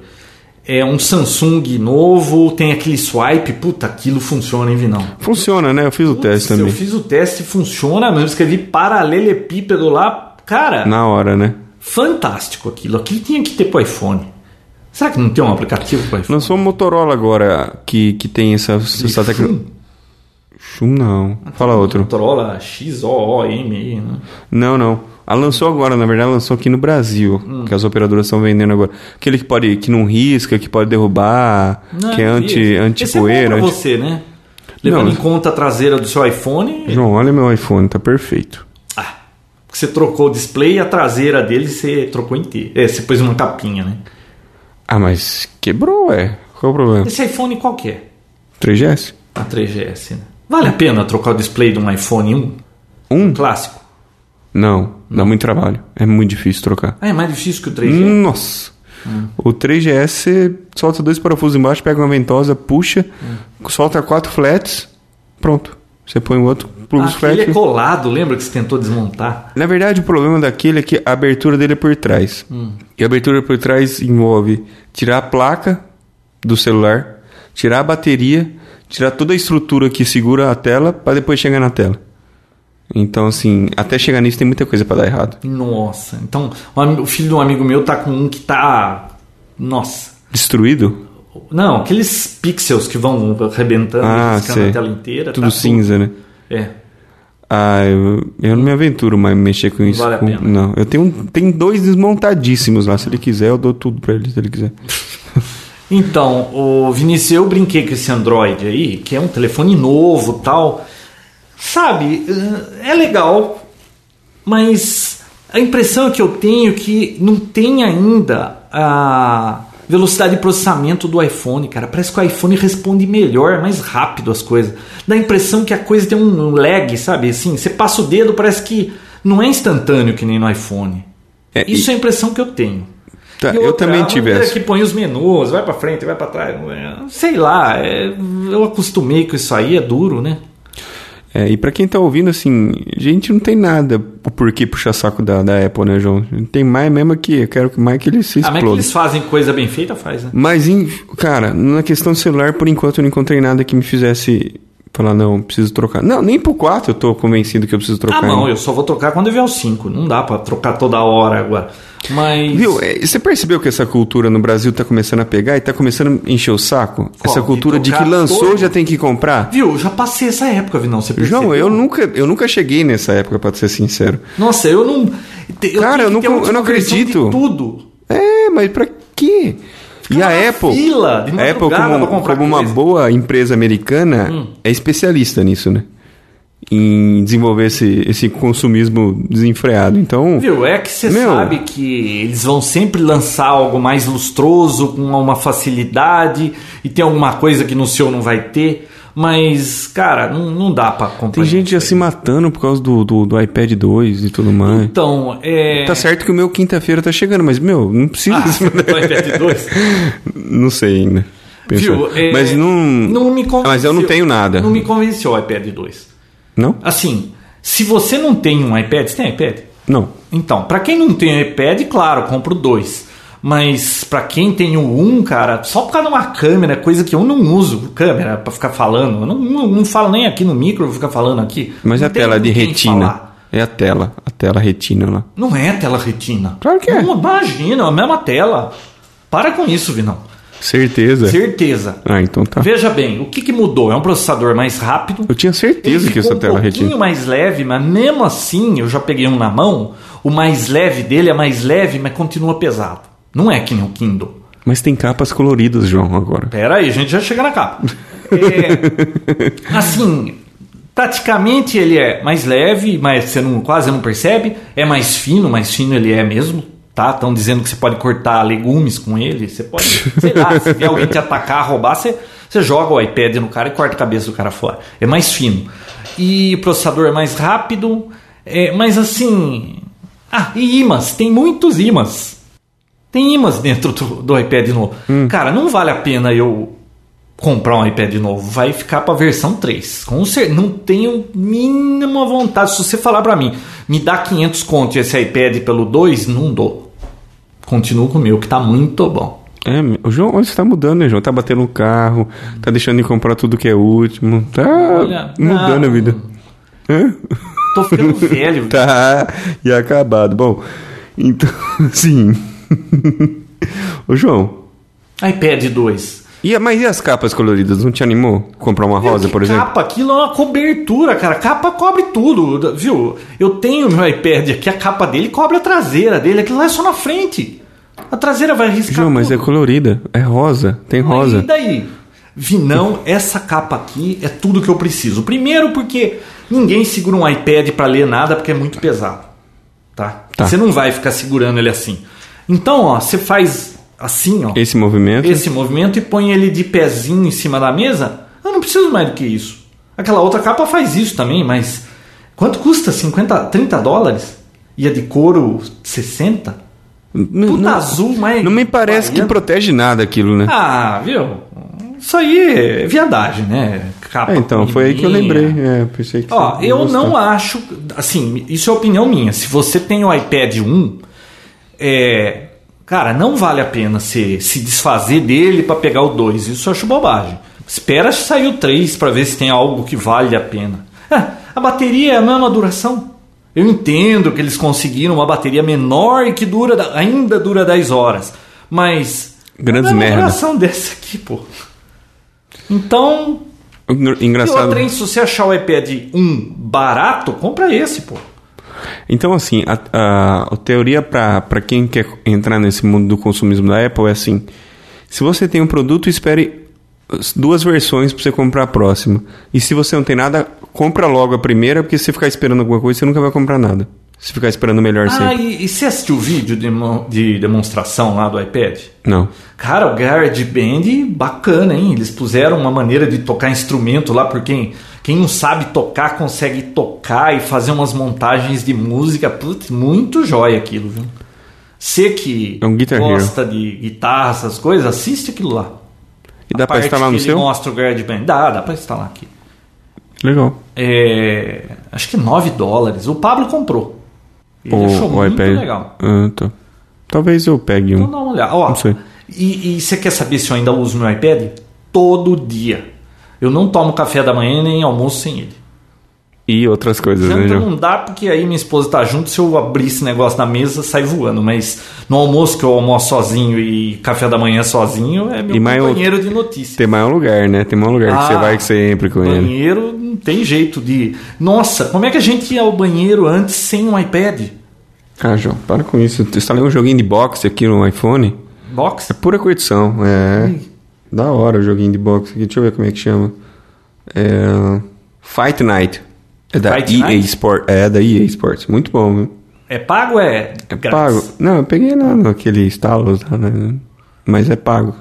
É um Samsung novo, tem aquele swipe. Puta, aquilo funciona, hein, Vinão?
Funciona, né? Eu fiz o teste
Eu
também.
fiz o teste, funciona mesmo. Escrevi paralelepípedo lá. Cara,
Na hora, né?
fantástico aquilo. Aquilo tinha que ter pro iPhone. Será que não tem um aplicativo pro iPhone?
Lançou o Motorola agora, que, que tem essa, essa tecnologia. Chum, não. Fala outro.
Motorola XOOM aí, né?
Não, não. A lançou agora, na verdade, lançou aqui no Brasil,
Hum.
que as operadoras estão vendendo agora. Aquele que pode, que não risca, que pode derrubar,
Não,
que é anti,
isso. Esse é bom
antipoeira.
pra
anti-
você, né? Levando
Não.
em conta a traseira do seu iPhone,
João, olha meu iPhone, tá perfeito.
que você trocou o display e a traseira dele você trocou inteiro. É, você pôs uma capinha, né?
Ah, mas quebrou, ué. Qual é o problema?
Esse iPhone qual que é?
3GS?
A 3GS, né? Vale a pena trocar o display de um iPhone 1?
Um?
Clássico?
Não, dá muito trabalho. É muito difícil trocar.
Ah, é mais difícil que o 3G?
Hum, Nossa! O 3GS, você solta dois parafusos embaixo, pega uma ventosa, puxa, solta quatro flats, pronto. Você põe o outro, pluga os
Aquele
flats.
é colado, lembra que você tentou desmontar?
Na verdade, o problema daquele é que a abertura dele é por trás.
Hum.
E a abertura por trás envolve tirar a placa do celular, tirar a bateria, tirar toda a estrutura que segura a tela, para depois chegar na tela. Então, assim, até chegar nisso tem muita coisa pra dar errado.
Nossa. Então, um ami- o filho de um amigo meu tá com um que tá. Nossa.
Destruído?
Não, aqueles pixels que vão arrebentando,
Ah,
riscando
sei.
a tela inteira.
Tudo
tá
cinza, né?
É.
Ah, eu, eu não me aventuro mais mexer com isso.
vale a
com-
pena.
Não, eu tenho, um- tem dois desmontadíssimos lá. Se ele quiser, eu dou tudo pra ele, se ele quiser.
Então, o Vinícius, eu brinquei com esse Android aí, que é um telefone novo tal. Sabe, eh, é legal, mas a impressão que eu tenho é que não tem ainda a velocidade de processamento do iPhone, cara. Parece que o iPhone responde melhor, mais rápido as coisas. Dá a impressão que a coisa tem um lag, sabe? Assim, você passa o dedo, parece que não é instantâneo que nem no iPhone.
É,
Isso é a impressão que eu tenho.
Tá,
E
eu
outra,
também
a
tive
maneira
essa.
que põe os menus, vai pra frente, vai pra trás. não é- Sei lá, é, eu acostumei com isso aí, é duro, né?
É, e pra quem tá ouvindo, assim, gente, não tem nada o porquê puxar saco da, da Apple, né, João? Tem mais mesmo que eu quero que mais que ele se
Ah, mas que
exploda.
eles fazem coisa bem feita, faz, né?
Mas, em- cara, na questão do celular, por enquanto eu não encontrei nada que me fizesse falar, não, preciso trocar. Não, nem pro 4 eu tô convencido que eu preciso trocar.
Ah, não,
ainda.
eu só vou trocar quando eu vier o 5. Não dá pra trocar toda hora agora. Mas.
Viu? É, Você percebeu que essa cultura no Brasil tá começando a pegar e tá começando a encher o saco?
Qual?
Essa cultura
De
de,
trocar
que lançou
todo?
já tem que comprar?
Viu? Já passei essa época, Vinão. Você percebeu?
João, eu nunca, eu nunca cheguei nessa época, pra ser sincero.
Nossa, eu não. te-
Cara,
tenho
eu
que
nunca-
ter a última
eu não
versão de
acredito.
Tudo.
É, mas pra quê? E
Ficar
a
na
Apple,
fila de
a Apple
madrugada pra
como,
comprar
como uma
coisa. Hum.
boa empresa americana, é especialista nisso, né? Em desenvolver esse, esse consumismo desenfreado. Então,
Viu, é que você
Meu.
sabe que eles vão sempre lançar algo mais lustroso, com uma facilidade, e tem alguma coisa que no seu não vai ter, mas, cara, não, não dá pra comprar.
tem gente assim. já se matando por causa do, do, do iPad 2 e tudo mais.
Então, é...
Tá certo que o meu quinta-feira tá chegando, mas, meu, não precisa.
Ah, você botou iPad 2?
Não sei ainda.
Viu,
Pensando.
é,
Mas não.
não me convenceu.
Mas eu não tenho nada.
Não me convenceu o iPad 2.
Não?
Assim, se você não tem um iPad, você tem iPad?
Não.
Então, pra quem não tem iPad, claro, compro dois. Mas pra quem tem o um, cara, só por causa de uma câmera, coisa que eu não uso câmera pra ficar falando. Eu não, não, não falo nem aqui no micro, eu vou ficar falando aqui.
Mas
Não
a
tem
tela
com
de
quem
retina.
falar.
É a tela. A tela retina lá.
Não é tela retina.
Claro que é.
Não, imagina, é a mesma tela. Para com isso, Vinão.
Certeza.
Certeza.
Ah, então tá.
Veja bem, o que, que mudou? É um processador mais rápido.
Eu tinha certeza que essa é tela
um
retina.
pouquinho mais leve, mas mesmo assim, eu já peguei um na mão. O mais leve dele é mais leve, mas continua pesado. Não é que nem o Kindle.
Mas tem capas coloridas, João, agora.
Pera aí, a gente já chega na capa. É, assim, taticamente ele é mais leve, mas você não, quase não percebe. É mais fino, mais fino ele é mesmo. Tá? Estão dizendo que você pode cortar legumes com ele. Você pode, sei lá, se vier alguém te atacar, roubar, você, você joga o iPad no cara e corta a cabeça do cara fora. É mais fino. E o processador é mais rápido. É, mas assim. Ah, e imãs. Tem muitos imãs. Tem imãs dentro do, do iPad novo.
Hum.
Cara, não vale a pena eu comprar um iPad novo. Vai ficar pra versão 3. Com cer- não tenho mínima vontade. Se você falar pra mim, me dá 500 conto esse iPad pelo 2, não dou. Continuo com o meu, que tá muito bom.
É, o João, olha, você tá mudando, né, João? Tá batendo o carro, tá deixando de comprar tudo que é último. Tá
Olha,
mudando
não.
a vida. Hã?
Tô ficando velho.
Tá, e acabado. Bom, então, assim. Ô, João.
iPad 2.
E, a- mas e as capas coloridas? Não te animou comprar uma rosa,
Que
por exemplo?
Capa, aquilo é uma cobertura, cara. Capa cobre tudo, viu? Eu tenho meu iPad aqui, a capa dele cobre a traseira dele. Aquilo lá é só na frente. A traseira vai riscar
João, mas
tá tudo.
é colorida. É rosa. Tem rosa.
E daí? Vinão, essa capa aqui é tudo que eu preciso. Primeiro porque ninguém segura um iPad pra ler nada porque é muito pesado. Tá?
Tá.
Você não vai ficar segurando ele assim. Então, ó, você faz assim, ó, esse,
Esse movimento.
movimento e põe ele de pezinho em cima da mesa. Eu não preciso mais do que isso. Aquela outra capa faz isso também, mas quanto custa? 50, 30 dólares? E a de couro 60?
N-
Puta
não,
azul, mas
não me parece que
Baiana.
protege nada aquilo, né?
Ah, viu? Isso aí é viadagem, né? Capa
É, então, foi aí que eu
pequenininha.
lembrei. É, pensei que
Ó,
você ia
eu
gostar.
não acho. Assim, isso é opinião minha. Se você tem o iPad 1, é, cara, não vale a pena se, se desfazer dele pra pegar o 2. Isso eu acho bobagem. Espera sair o 3 pra ver se tem algo que vale a pena. Ah, A bateria é a mesma duração. Eu entendo que eles conseguiram uma bateria menor e que dura ainda dura 10 horas. Mas.
Grandes
é a mesma
merda.
duração dessa aqui, pô. Então,
Engra-
se,
Engraçado.
outra, hein, se você achar o iPad 1 barato, compra esse, pô.
Então, assim, a, a- a teoria para quem quer entrar nesse mundo do consumismo da Apple é assim: se você tem um produto, espere as duas versões para você comprar a próxima. E se você não tem nada, compra logo a primeira, porque se você ficar esperando alguma coisa, você nunca vai comprar nada. Se ficar esperando o melhor
Ah,
sempre.
e, e você assistiu o vídeo de, mo- de demonstração lá do iPad?
Não.
Cara, o GarageBand, bacana, hein? Eles puseram uma maneira de tocar instrumento lá, porque quem, quem não sabe tocar consegue tocar e fazer umas montagens de música. Putz, muito jóia aquilo, viu? Você que
É um Guitar Hero.
gosta de guitarra, essas coisas, assiste aquilo lá.
E
A
dá para
parte
instalar
que
no
ele
seu?
mostra o GarageBand. Dá, dá pra instalar aqui.
Legal.
É, acho que 9 dólares. O Pablo comprou. Ele achou muito legal.
Ah, tá. Talvez eu pegue
Então
um.
dá uma olhada. Ó,
Não sei.
E, e você quer saber se eu ainda uso meu iPad? Todo dia. Eu não tomo café da manhã nem almoço sem ele.
E outras coisas, né,
Janta
João?
não dá porque aí minha esposa tá junto. Se eu abrir esse negócio na mesa, sai voando. Mas no almoço que eu almoço sozinho e café da manhã sozinho, é meu
E mais outro-
companheiro de notícia.
Tem mais um lugar, né? Tem mais um lugar que você
Ah,
vai que sempre com ele.
Banheiro não tem jeito de. Nossa, como é que a gente ia ao banheiro antes sem um iPad?
Ah, João, para com isso. Tu instalei um joguinho de boxe aqui no iPhone.
Box?
É pura curtição, é. Da hora o joguinho de boxe aqui. Deixa eu ver como é que chama. É... Fight Night. É da
Fight
EA
Night?
Sports. É da EA Sports. Muito bom, viu?
É pago ou é?
É
grátis?
pago. Não, eu peguei
Ah.
lá naquele estalo, lá, né? mas é pago.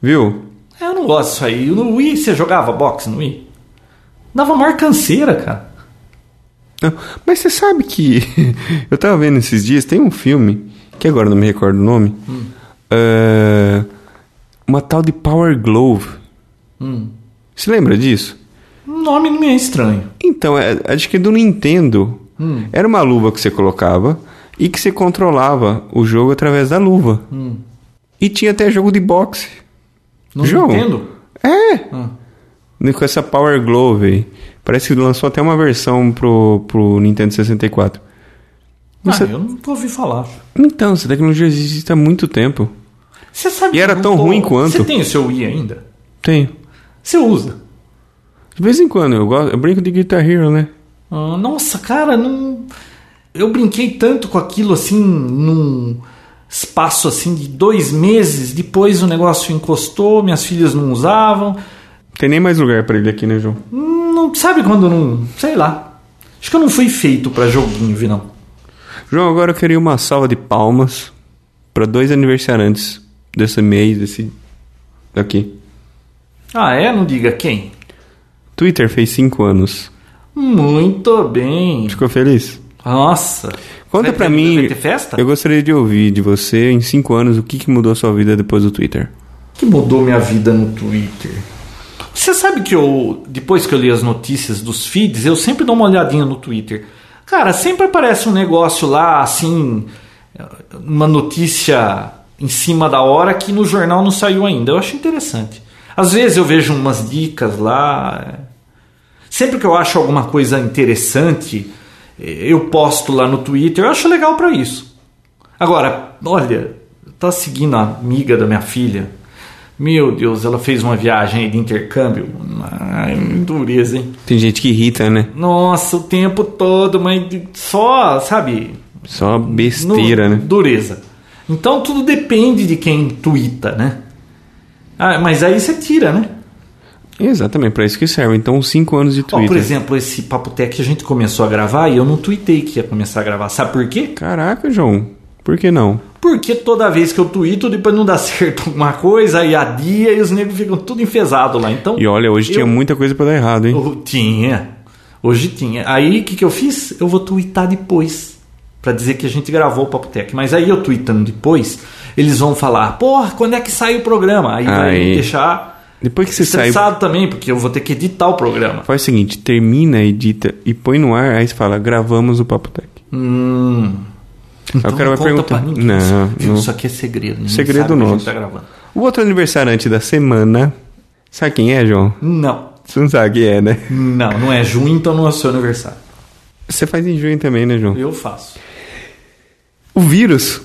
Viu?
É, Eu não gosto disso aí. No Wii você jogava boxe no Wii? Dava maior canseira, cara.
Não, Mas você sabe que eu tava vendo esses dias, tem um filme, que agora não me recordo o nome, é, uma tal de Power Glove. Você lembra disso?
O nome não me é estranho.
Então, é, acho que é do Nintendo. Era uma luva que você colocava e que você controlava o jogo através da luva. E tinha até jogo de boxe.
Não
João.
entendo.
É! Com essa Power Glove aí. Parece que lançou até uma versão pro, pro Nintendo 64. Você-
Ah, eu nunca ouvi falar.
Então, essa tecnologia existe há muito tempo.
Você sabe
E era
eu
tão ruim quanto?
Você tem o seu Wii ainda?
Tenho.
Você usa?
De vez em quando, eu, gosto, eu brinco de Guitar Hero, né?
Ah, nossa, cara, não. Eu brinquei tanto com aquilo assim, num espaço assim de dois meses. Depois o negócio encostou, minhas filhas não usavam.
Tem nem mais lugar pra ele aqui, né, João?
Não sabe quando não. Sei lá. Acho que eu não fui feito pra joguinho, vi não.
João, agora eu queria uma salva de palmas para dois aniversariantes desse mês, desse daqui.
Ah, é? Não diga quem?
Twitter fez cinco anos.
Muito bem.
Ficou feliz?
Nossa.
Conta
Vai
pra
ter-
mim.
Vai ter festa?
Eu gostaria de ouvir de você em cinco anos o que, que mudou a sua vida depois do Twitter.
O que mudou minha vida no Twitter? Você sabe que eu, depois que eu li as notícias dos feeds, eu sempre dou uma olhadinha no Twitter. Cara, sempre aparece um negócio lá, assim, uma notícia em cima da hora que no jornal não saiu ainda. Eu acho interessante. Às vezes eu vejo umas dicas lá. Sempre que eu acho alguma coisa interessante, eh, eu posto lá no Twitter. Eu acho legal pra isso. Agora, olha, tá seguindo a amiga da minha filha. Meu Deus, ela fez uma viagem aí de intercâmbio. Ai, dureza, hein?
Tem gente que irrita, né?
Nossa, o tempo todo, mas só, sabe?
Só
no-
besteira, né?
Dureza. Então tudo depende de quem tuita, né? Ah, mas aí você tira, né?
Exatamente, pra isso que serve. Então, cinco anos de
Ó,
Twitter.
por exemplo, esse Papo Tech a gente começou a gravar e eu não tuitei que ia começar a gravar. Sabe por quê?
Caraca, João. Por que não?
Porque toda vez que eu tuito, depois não dá certo alguma coisa, aí adia e os negros ficam tudo enfesado lá. Então,
E olha, hoje
eu-
tinha muita coisa pra dar errado, hein?
eu- tinha. Hoje tinha. Aí o que, que eu fiz? Eu vou tuitar depois. Pra dizer que a gente gravou o Papo Tech. Mas aí eu tuitando depois, eles vão falar: porra, quando é que sai o programa? Aí, vai
Aí.
me deixar
Depois que você sai.
estressado também, porque eu vou ter que editar o programa.
Faz o seguinte, termina, edita e põe no ar, aí você fala, gravamos o Papo Tech.
Hum. Então
o cara vai
não conta
perguntar.
pra ninguém.
Não,
isso, Viu?
não.
isso aqui é segredo. ninguém
Segredo
sabe que a gente
nosso.
tá gravando.
O outro aniversariante da semana, sabe quem é, João?
Não.
Você não sabe quem é, né?
Não, não é junho, então não é seu aniversário.
Você faz em junho também, né, João?
Eu faço.
O vírus,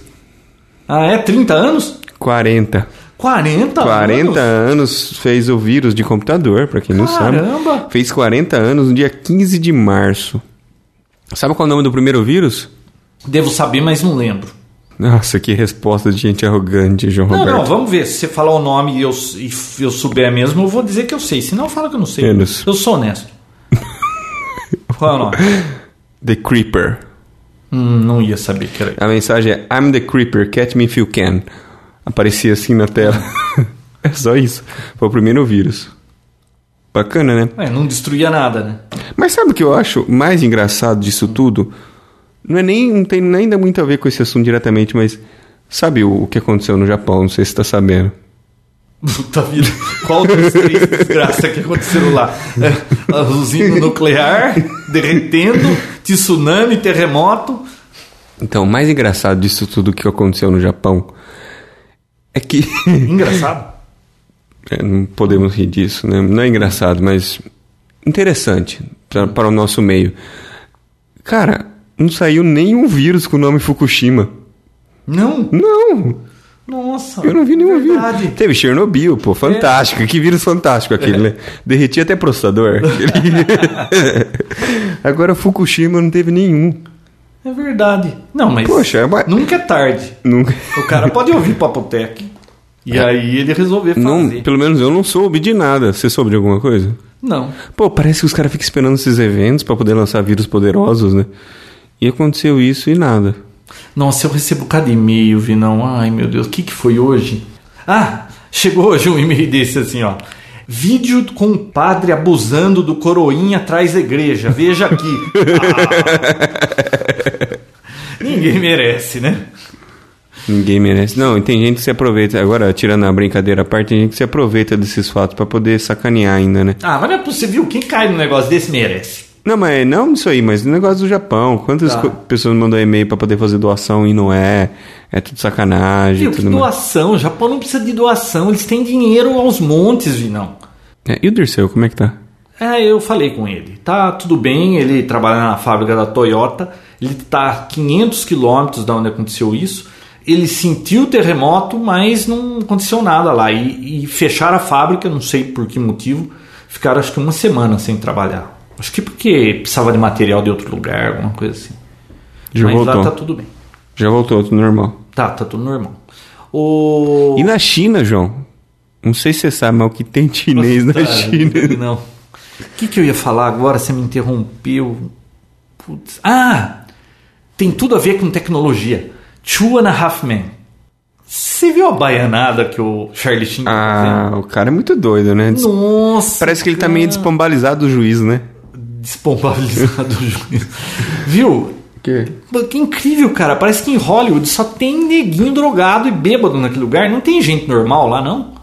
Ah, é? 30 anos?
40.
40?
40
anos?
anos fez o vírus de computador, pra quem não
Caramba!
sabe. Fez 40 anos no dia 15 de março. Sabe qual é o nome do primeiro vírus?
Devo saber, mas não lembro.
Nossa, que resposta de gente arrogante, João
Não,
Roberto.
não, vamos ver. Se você falar o nome e eu, e f- eu souber mesmo, eu vou dizer que eu sei. Se não, fala que eu não sei.
Menos.
Eu sou honesto. Qual é o nome?
The Creeper.
Hum, não ia saber que era.
A mensagem é I'm the Creeper, catch me if you can. Aparecia assim na tela. é só isso. Foi o primeiro vírus. Bacana, né?
É, não destruía nada, né?
Mas sabe o que eu acho mais engraçado disso tudo? Não é nem não tem ainda muito a ver com esse assunto diretamente, mas sabe o, o que aconteceu no Japão? Não sei se você tá sabendo.
Puta vida. Qual dos três desgraças que aconteceram lá? É, a usina nuclear derretendo, tsunami, terremoto.
Então, o mais engraçado disso tudo que aconteceu no Japão é que
Engraçado.
É, não podemos rir disso, né? Não é engraçado, mas interessante pra- para o nosso meio. Cara, não saiu nenhum vírus com o nome Fukushima.
Não.
Não,
Nossa.
eu não vi nenhum
É verdade. É.
vírus. Teve Chernobyl, pô, fantástico. Que vírus fantástico aquele, né? Derretia até processador. Agora Fukushima não teve nenhum.
É verdade. Não, mas
Poxa, é uma-
nunca é tarde.
Nunca. É.
O cara pode ouvir Papotec. E aí ele resolver
Não,
fazer.
pelo menos eu não soube de nada. Você soube de alguma coisa?
Não.
Pô, parece que os caras ficam esperando esses eventos pra poder lançar vírus poderosos, né? E aconteceu isso e nada.
Nossa, eu recebo cada e-mail, Vinão. Ai, meu Deus, o que, que foi hoje? Ah, chegou hoje um e-mail desse assim, ó. Vídeo com o padre abusando do coroinha atrás da igreja. Veja aqui. Ah. Ninguém merece, né?
Ninguém merece. Não, e tem gente que se aproveita. Agora, tirando a brincadeira à parte, tem gente que se aproveita desses fatos pra poder sacanear ainda, né?
Ah, mas não é possível. Você viu? Quem cai num negócio desse merece.
Não, mas é não isso aí, mas o negócio do Japão. Quantas
Tá.
co- pessoas mandam e-mail pra poder fazer doação e não é? É tudo sacanagem.
Viu?
e
Que
tudo mais.
doação. O Japão não precisa de doação. Eles têm dinheiro aos montes, Vinão.
É, e o Dirceu, como é que tá?
É, eu falei com ele. Tá tudo bem, ele trabalha na fábrica da Toyota, ele tá a 500 quilômetros da onde aconteceu isso. Ele sentiu o terremoto, mas não aconteceu nada lá. E, e fecharam a fábrica, não sei por que motivo. Ficaram acho que uma semana sem trabalhar. Acho que porque precisava de material de outro lugar, alguma coisa assim.
Já
mas
voltou.
lá tá tudo bem.
Já voltou, tudo normal.
Tá, tá tudo normal. O...
E na China, João? Não sei se você sabe, mas o que tem chinês na
Tá,
é China.
Não. O que, que eu ia falar agora? Você me interrompeu. Putz. Ah! Tem tudo a ver com tecnologia. Two and a Half Men. Você viu a baianada que o Charlie Sheen tá
Ah, o cara é muito doido, né? Des-
fazendo? Nossa!
Parece que ele tá meio despombalizado do juiz, né?
Despombabilizado o juiz. Viu? Pô, Que incrível, cara. Parece que em Hollywood só tem neguinho drogado e bêbado naquele lugar. Não tem gente normal lá, não?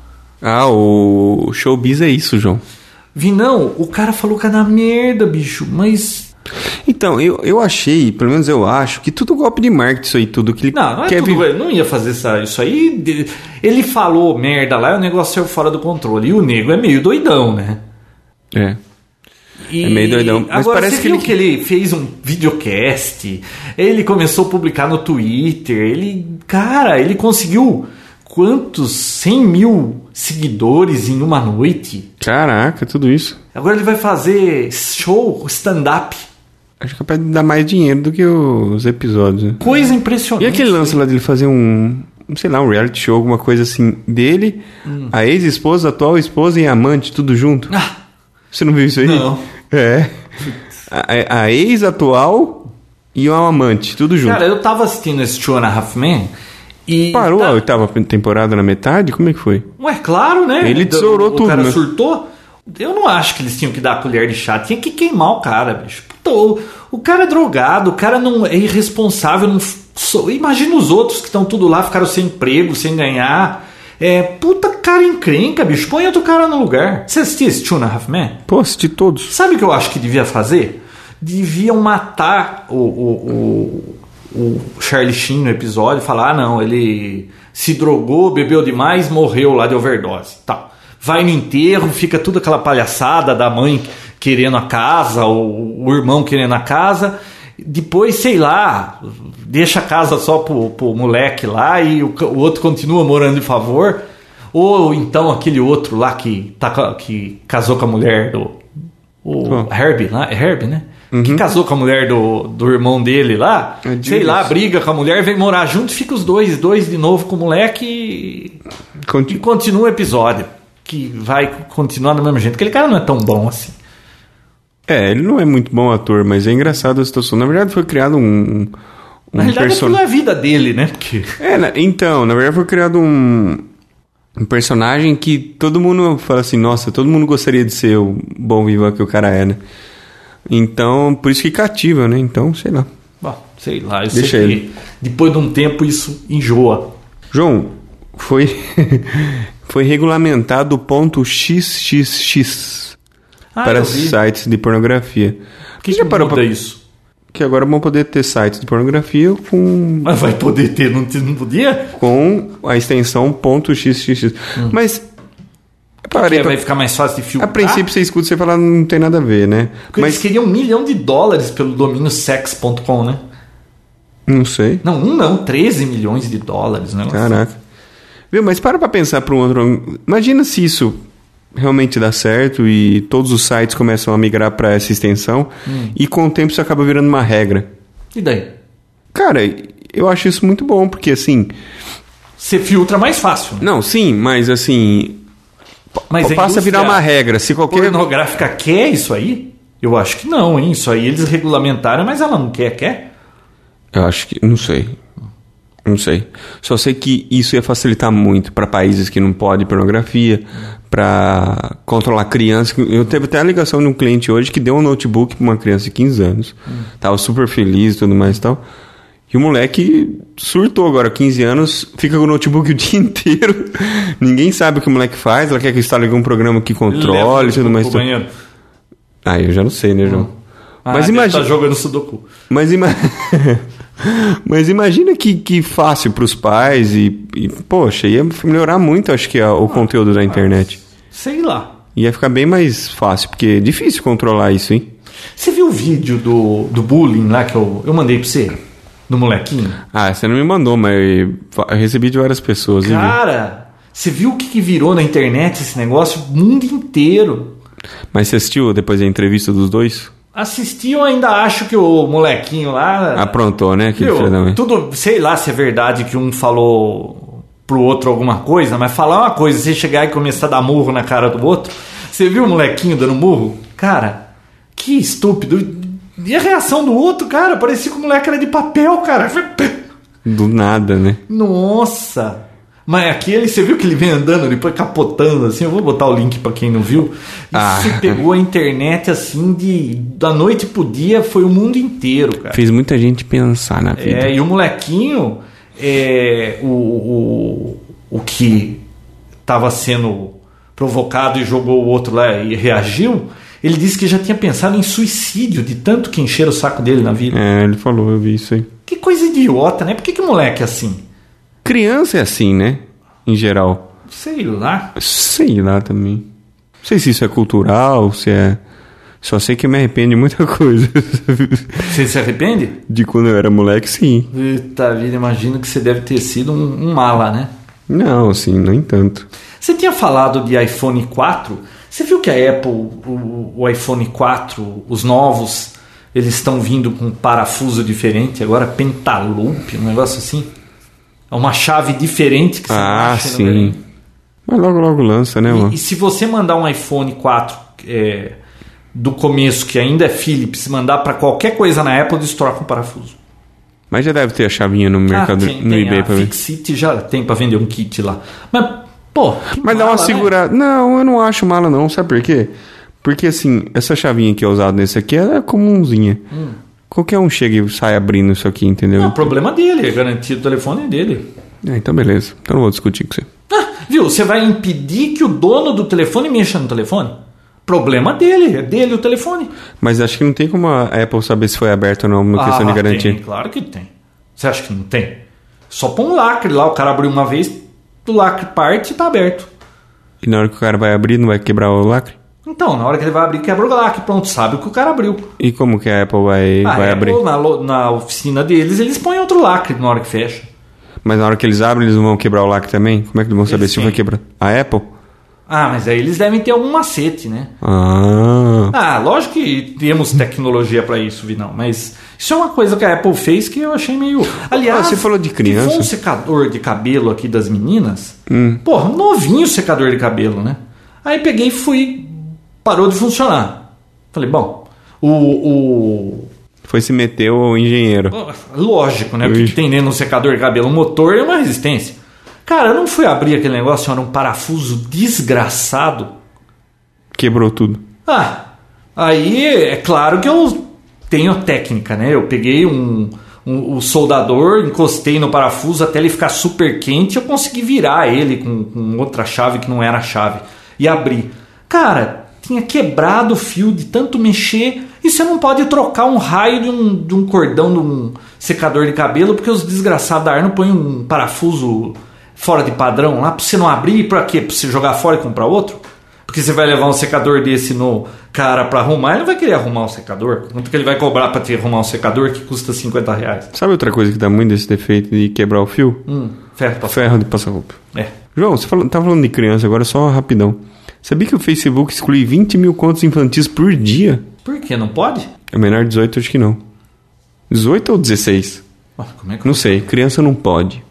Ah, o showbiz é isso, João.
Vi, não. O cara falou que era merda, bicho. Mas
Então, eu, eu achei, pelo menos eu acho, que tudo golpe de marketing isso aí, tudo que ele
Não, não, é
quer
tudo,
viver.
ele não ia fazer essa- isso aí. de- Ele falou merda lá e o negócio saiu fora do controle. E o nego é meio doidão, né?
É.
E-
É meio doidão, mas
agora,
parece
você
que
viu
ele-
que ele fez um videocast, ele começou a publicar no Twitter, ele... Cara, ele conseguiu quantos? 100 mil seguidores em uma noite.
Caraca, tudo isso.
Agora ele vai fazer show, stand-up.
Acho que é capaz de dar mais dinheiro do que os episódios, né?
Coisa
E
impressionante.
aquele lance lá dele fazer um, um, sei lá, um reality show, alguma coisa assim, dele, a ex-esposa, a atual esposa e a amante, tudo junto?
Ah,
Você não viu isso aí?
Não.
É. A, a- a ex-atual e a amante, tudo junto.
cara, eu tava assistindo esse Two and a Half Men e...
Parou
tá-
a oitava temporada na metade? Como é que foi?
Ué, claro, né?
Ele
O-
tesourou
o,
tudo,
O cara
né?
surtou. Eu não acho que eles tinham que dar a colher de chá. Tinha que queimar o cara, bicho. Puta, o, o cara é drogado, o cara não é irresponsável. Não, f- so- imagina os outros que estão tudo lá, ficaram sem emprego, sem ganhar. É, puta cara encrenca, bicho. Põe outro cara no lugar. Você assistiu esse Tuna Halfman?
Pô, assisti todos.
Sabe o que eu acho que devia fazer? Deviam matar o, o, o, o Charlie Sheen no episódio, falar, ah, não, ele se drogou, bebeu demais, morreu lá de overdose. Tá. vai no enterro, fica tudo aquela palhaçada da mãe querendo a casa, ou o irmão querendo a casa. Depois, sei lá, deixa a casa só pro, pro moleque lá e o, ca- o outro continua morando de favor. Ou então aquele outro lá que, tá, ca- que casou com a mulher do. O
Qual? Uhum.
Herbie lá, é Herbie, né? Que casou com a mulher do, do irmão dele lá.
É Julius.
sei lá, briga com a mulher, vem morar junto, fica os dois, dois de novo com o moleque e e
Conti-
continua o episódio. Que vai continuar do mesmo jeito. Aquele cara não é tão bom assim.
É, ele não é muito bom ator, mas é engraçado a situação. Na verdade, foi criado um. um
Na realidade,
person-
aquilo é a vida dele, né? Porque.
É, na- então, na verdade foi criado um, um personagem que todo mundo fala assim, nossa, todo mundo gostaria de ser o bom vivan que o cara é, né? Então, por isso que cativa, né? Então, sei lá.
Bom, sei lá, eu
Deixa
sei
ele.
que depois de um tempo isso enjoa.
João, foi foi regulamentado o ponto XXX
Ah,
para
eu vi.
sites de pornografia.
O que,
Você já
que
parou
muda
pra-
isso?
Que agora vão poder ter sites de pornografia com
Mas vai poder ter, não, te- não podia?
com a extensão ponto .xxx.
Hum.
Mas parei
Porque
pra-
vai ficar mais fácil de
A
filtrar.
princípio você escuta e você fala, não tem nada a ver, né?
Porque
Mas
eles queriam um milhão de dólares pelo domínio sex.com, né?
não sei.
Não, um não, 13 milhões de dólares, né?
Caraca. Viu, mas para pra pensar para um outro. Imagina se isso realmente dá certo e todos os sites começam a migrar para essa extensão e com o tempo isso acaba virando uma regra.
E daí?
Cara, eu acho isso muito bom, porque assim.
Você filtra mais fácil. né?
Não, sim, mas assim.
Mas
passa a virar uma
indústria
regra. Se qualquer.
pornográfica quer isso aí? Eu acho que não, hein? Isso aí eles regulamentaram, mas ela não quer, quer?
Eu acho que. Não sei. Não sei. Só sei que isso ia facilitar muito pra países que não podem pornografia, pra controlar criança. Eu teve até a ligação de um cliente hoje que deu um notebook pra uma criança de 15 anos. Tava super feliz e tudo mais e tal. E o moleque surtou agora, 15 anos, fica com o notebook o dia inteiro. Ninguém sabe o que o moleque faz, ela quer que instale algum programa que controle e tudo mais. e tal.
banheiro.
Ah, eu já não sei, né, João?
Ah,
Mas
deve
imagina.
Tá jogando Sudoku.
Mas, ima- Mas imagina que, que fácil pros pais e, e, poxa, ia melhorar muito, acho que, a- o conteúdo da internet.
Sei lá.
Ia ficar bem mais fácil, porque é difícil controlar isso, hein?
Você viu o vídeo do, do bullying lá que eu, eu mandei pra você? Do molequinho?
Ah, você não me mandou, mas eu fa- eu recebi de várias pessoas. hein, viu?
Cara, você viu o que, que virou na internet esse negócio? O mundo inteiro.
Mas você assistiu depois da entrevista dos dois?
Assisti, eu ainda acho que o molequinho lá.
Aprontou, né? Aquele
Meu,
filho da mãe.
tudo, sei lá se é verdade que um falou pro outro alguma coisa, mas falar uma coisa, você chegar e começar a dar murro na cara do outro. Você viu o molequinho dando murro? Cara, que estúpido. E a reação do outro, cara, parecia que o moleque era de papel, cara.
Do nada, né?
Nossa! Mas aquele, você viu que ele vem andando, depois capotando assim, eu vou botar o link pra quem não viu. Isso
Ah.
pegou a internet assim de da noite pro dia, foi o mundo inteiro, cara.
Fez muita gente pensar na vida.
É, e o molequinho, é, o, o, o que estava sendo provocado e jogou o outro lá e reagiu, ele disse que já tinha pensado em suicídio de tanto que encheram o saco dele na vida.
É, ele falou, eu vi isso aí.
Que coisa idiota, né? Por que, que moleque é assim?
Criança é assim, né? Em geral.
Sei lá.
Sei lá também. Não sei se isso é cultural, se é. Só sei que eu me arrependo de muita coisa.
Você se arrepende?
de quando eu era moleque, sim.
Eita vida, imagino que você deve ter sido um, um mala, né?
Não, assim, sim, no entanto.
Você tinha falado de iPhone 4. Você viu que a Apple, o, o iPhone 4, os novos, eles estão vindo com um parafuso diferente agora, pentaloop, um negócio assim? É uma chave diferente que você
Ah,
acha no
sim. Mas logo, logo lança, né, mano?
e, e se você mandar um iPhone 4 é, do começo, que ainda é Philips, mandar para qualquer coisa na Apple, eles trocam o parafuso.
Mas já deve ter a chavinha no mercado,
Ah, tem,
no
tem,
eBay
a
pra ver.
Fixit já tem para vender um kit lá. Mas, pô... que
Mas dá uma
mala, né?
segurada. Não, eu não acho mala, não. Sabe por quê? Porque, assim, essa chavinha que é usada nesse aqui ela é comunzinha. Qualquer um chega e sai abrindo isso aqui, entendeu?
Hum. Não, o problema dele, é garantido o telefone é dele. Ah,
É, então, beleza. Então, não vou discutir com você.
Viu? Você vai impedir que o dono do telefone mexa no telefone? Problema dele, é dele o telefone.
Mas acho que não tem como a Apple saber se foi aberto ou não, uma questão de
Ah,
garantia.
tem, claro que tem. Você acha que não tem? Só põe um lacre lá, o cara abriu uma vez, o lacre parte e tá aberto.
Que na hora que o cara vai abrir, não vai quebrar o lacre?
Então, na hora que ele vai abrir, quebra o lacre, pronto, sabe o que o cara abriu.
E como que a Apple vai,
Ah,
vai
é,
abrir?
ou Na, lo- na oficina deles, eles põem outro lacre na hora que fecha.
Mas na hora que eles abrem, eles não vão quebrar o lacre também? Como é que eles vão saber se
têm.
vai quebrar? A Apple?
Ah, mas aí eles devem ter algum macete, né?
Ah.
Ah, lógico que temos tecnologia pra isso, Vinão, mas isso é uma coisa que a Apple fez que eu achei meio. Aliás,
Ah, você falou de criança. Hum.
que foi um secador de cabelo aqui das meninas. Porra, novinho secador de cabelo, né? Aí peguei e fui. Parou de funcionar. Falei, bom, o. o-
Foi se meter o engenheiro.
Lógico, né? O que que tem dentro de um secador de cabelo? Um motor e uma resistência. Cara, eu não fui abrir aquele negócio, era um parafuso desgraçado.
Quebrou tudo.
Ah, aí é claro que eu tenho técnica, né? Eu peguei um, um, o soldador, encostei no parafuso até ele ficar super quente, eu consegui virar ele com, com outra chave que não era a chave e abri. Cara, tinha quebrado o fio de tanto mexer e você não pode trocar um raio de um, de um cordão de um secador de cabelo porque os desgraçados da Arno põem um parafuso fora de padrão lá pra você não abrir, pra quê? Pra você jogar fora e comprar outro? Porque você vai levar um secador desse no cara pra arrumar, ele não vai querer arrumar um secador. Quanto que ele vai cobrar pra te arrumar um secador que custa 50 reais?
Sabe outra coisa que dá muito desse defeito de quebrar o fio?
Hum, ferro pra
Ferro de passar roupa.
É.
João, você falou, tá falando de criança agora, só rapidão. Sabia que o Facebook exclui 20 mil contas infantis por dia?
Por que? Não pode?
É menor de 18, acho que não. 18 ou 16?
Ah, como é que
Não sei, criança não pode.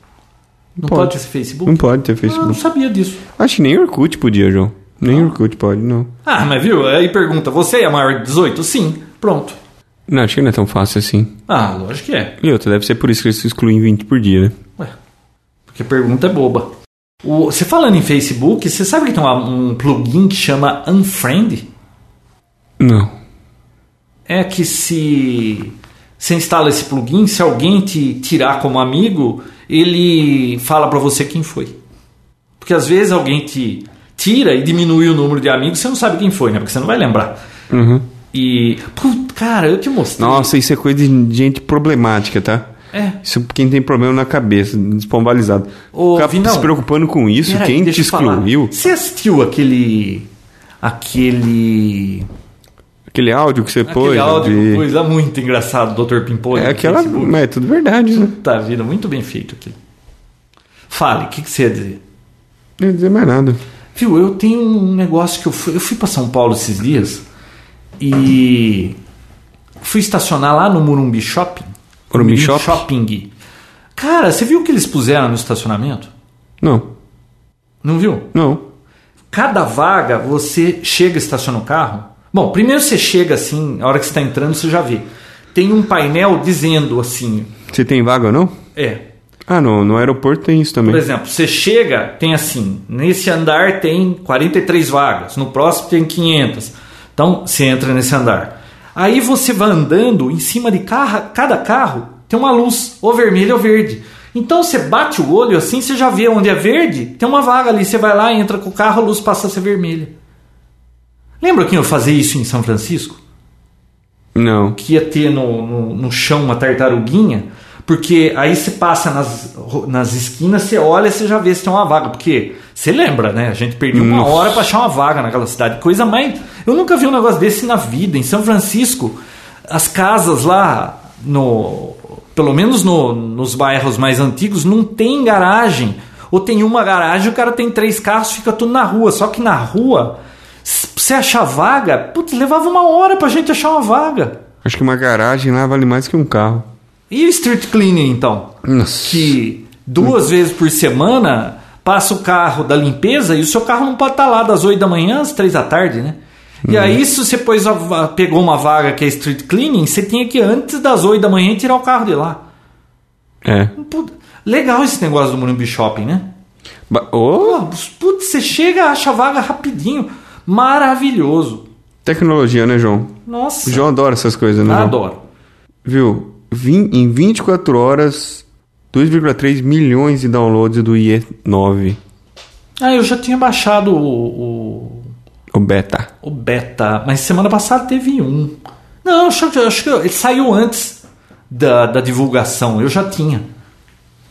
não
pode.
pode ter esse Facebook?
Não pode ter
Ah, eu não
Facebook.
sabia disso.
Acho que nem Orkut podia, João. Nem Orkut pode, não.
Ah, mas viu? Aí pergunta, você é maior de 18? Sim. Pronto.
Não, acho que não é tão fácil assim.
Ah, lógico que é.
E outra, deve ser por isso que eles excluem 20 por dia, né?
Ué, porque pergunta é boba. O, você falando em Facebook, você sabe que tem uma- um plugin que chama Unfriend?
Não.
é que se você instala esse plugin, se alguém te tirar como amigo, ele fala pra você quem foi. Porque às vezes alguém te tira e diminui o número de amigos, você não sabe quem foi, né? Porque você não vai lembrar. E, putz, cara, eu te mostrei.
Uhum. Nossa, isso é coisa de gente problemática, tá?
É.
Isso é quem tem problema na cabeça, despombalizado.
Ô,
Ficar
Vinão,
se preocupando com isso,
Peraí,
quem
deixa
te
eu falar.
excluiu,
Você assistiu aquele aquele
aquele áudio que você pôs.
aquele áudio
de-
que coisa muito engraçado, Dr. Pimpolho.
É
no
aquela.
Facebook?
Mas é tudo verdade, né?
Tá vida, muito bem feito aquilo. Fale, o que que você ia dizer?
Não ia dizer mais nada.
Viu, eu tenho um negócio que eu fui, eu fui para São Paulo esses dias e fui estacionar lá no Murumbi Shopping.
Morumbi Shopping?
Shopping. Cara, você viu o que eles puseram no estacionamento?
Não,
Não viu?
não.
Cada vaga você chega e estaciona o carro. Bom, primeiro você chega assim, a hora que você está entrando você já vê. Tem um painel dizendo assim,
Você tem vaga ou não?
é,
Ah, no, no aeroporto tem isso também.
Por exemplo, você chega, tem assim, nesse andar tem 43 vagas, no próximo tem 500. Então, você entra nesse andar. Aí você vai andando, em cima de carro, cada carro tem uma luz, ou vermelha ou verde. Então você bate o olho assim, você já vê onde é verde, tem uma vaga ali, você vai lá, entra com o carro, a luz passa a ser vermelha. Lembra que eu fazia isso em São Francisco?
Não.
que ia ter no, no, no chão uma tartaruguinha, porque aí você passa nas, ro- nas esquinas, você olha você já vê se tem uma vaga. Porque você lembra, né? A gente perdeu uma
Nossa.
hora pra achar uma vaga naquela cidade. Coisa mais. Eu nunca vi um negócio desse na vida. Em São Francisco, as casas lá no. Pelo menos no- nos bairros mais antigos, não tem garagem. Ou tem uma garagem, o cara tem três carros, fica tudo na rua. Só que na rua, s- pra você achar vaga, putz, levava uma hora pra gente achar uma vaga.
Acho que uma garagem lá vale mais que um carro.
E o street cleaning, então?
Nossa.
Que duas vezes por semana passa o carro da limpeza e o seu carro não pode estar lá das 8 da manhã às 3 da tarde, né? E
Uhum.
aí, se você pôs a va- pegou uma vaga que é street cleaning, você tinha que antes das 8 da manhã tirar o carro de lá.
É.
Puta, legal esse negócio do Morumbi Shopping, né?
Ba- Ô,
Pô, Putz, você chega, acha a vaga rapidinho. Maravilhoso.
tecnologia, né, João?
Nossa,
O João adora essas coisas, né? João?
adoro.
Viu? Vim- em 24 horas, 2,3 milhões de downloads do IE9,
Ah, eu já tinha baixado o- o
o beta.
O beta. Mas semana passada teve um. Não, acho, que- acho que ele saiu antes da, da divulgação. Eu já tinha.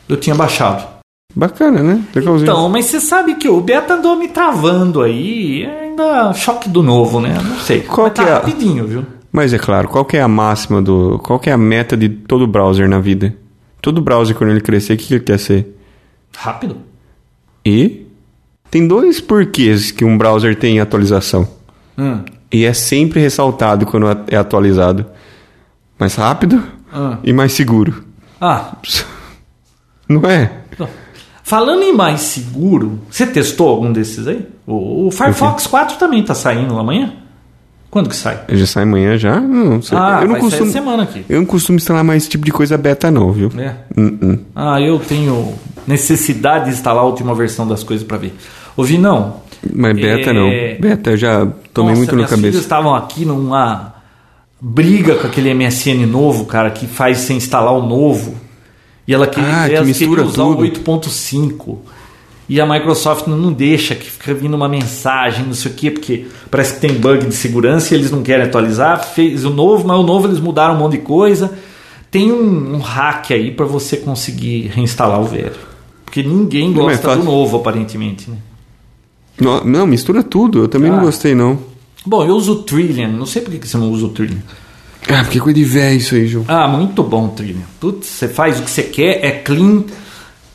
Eu tinha baixado.
Bacana, né? Legalzinho.
Então, mas você sabe que o Beta andou me travando aí, é ainda choque do novo, né? Não sei.
Qual
Mas
que
tá
é?
rapidinho, viu?
Mas é claro, qual que é a máxima do. Qual que é a meta de todo browser na vida? Todo browser, quando ele crescer, o que que ele quer ser?
Rápido?
E tem dois porquês que um browser tem atualização.
Hum.
E é sempre ressaltado quando é atualizado. Mais rápido
Ah.
e mais seguro.
Ah,
Não é?
então. falando em mais seguro, você testou algum desses aí? O, o Firefox 4 também tá saindo amanhã? Quando que sai?
Já sai amanhã já? Não sei.
Ah,
eu não
vai sair
costumo.
semana aqui.
Eu não costumo instalar mais esse tipo de coisa beta, não, viu?
É.
Uh-uh.
Ah, eu tenho necessidade de instalar a última versão das coisas pra ver. Ouvi não.
Mas beta
É.
não. Beta eu já tomei
Nossa,
muito na
minhas filhas tá-
cabeça.
estavam aqui numa briga com aquele MSN novo, cara, que faz você instalar o novo. E ela queria,
Ah, que
elas
mistura
queriam usar um
tudo.
o 8.5. E a Microsoft não deixa, que fica vindo uma mensagem, não sei o quê, porque parece que tem bug de segurança e eles não querem atualizar. Fez o novo, mas o novo eles mudaram um monte de coisa. Tem um, um hack aí pra você conseguir reinstalar o velho. Porque ninguém
Não é
gosta do
fácil.
novo, aparentemente, né?
No- Não, mistura tudo. Eu também
Ah.
não gostei, não.
Bom, eu uso o Trillian. Não sei por que que você não usa o Trillian.
Ah, porque coisa de véio isso aí, João.
Ah, muito bom o Trillian. Putz, você faz o que você quer, é clean,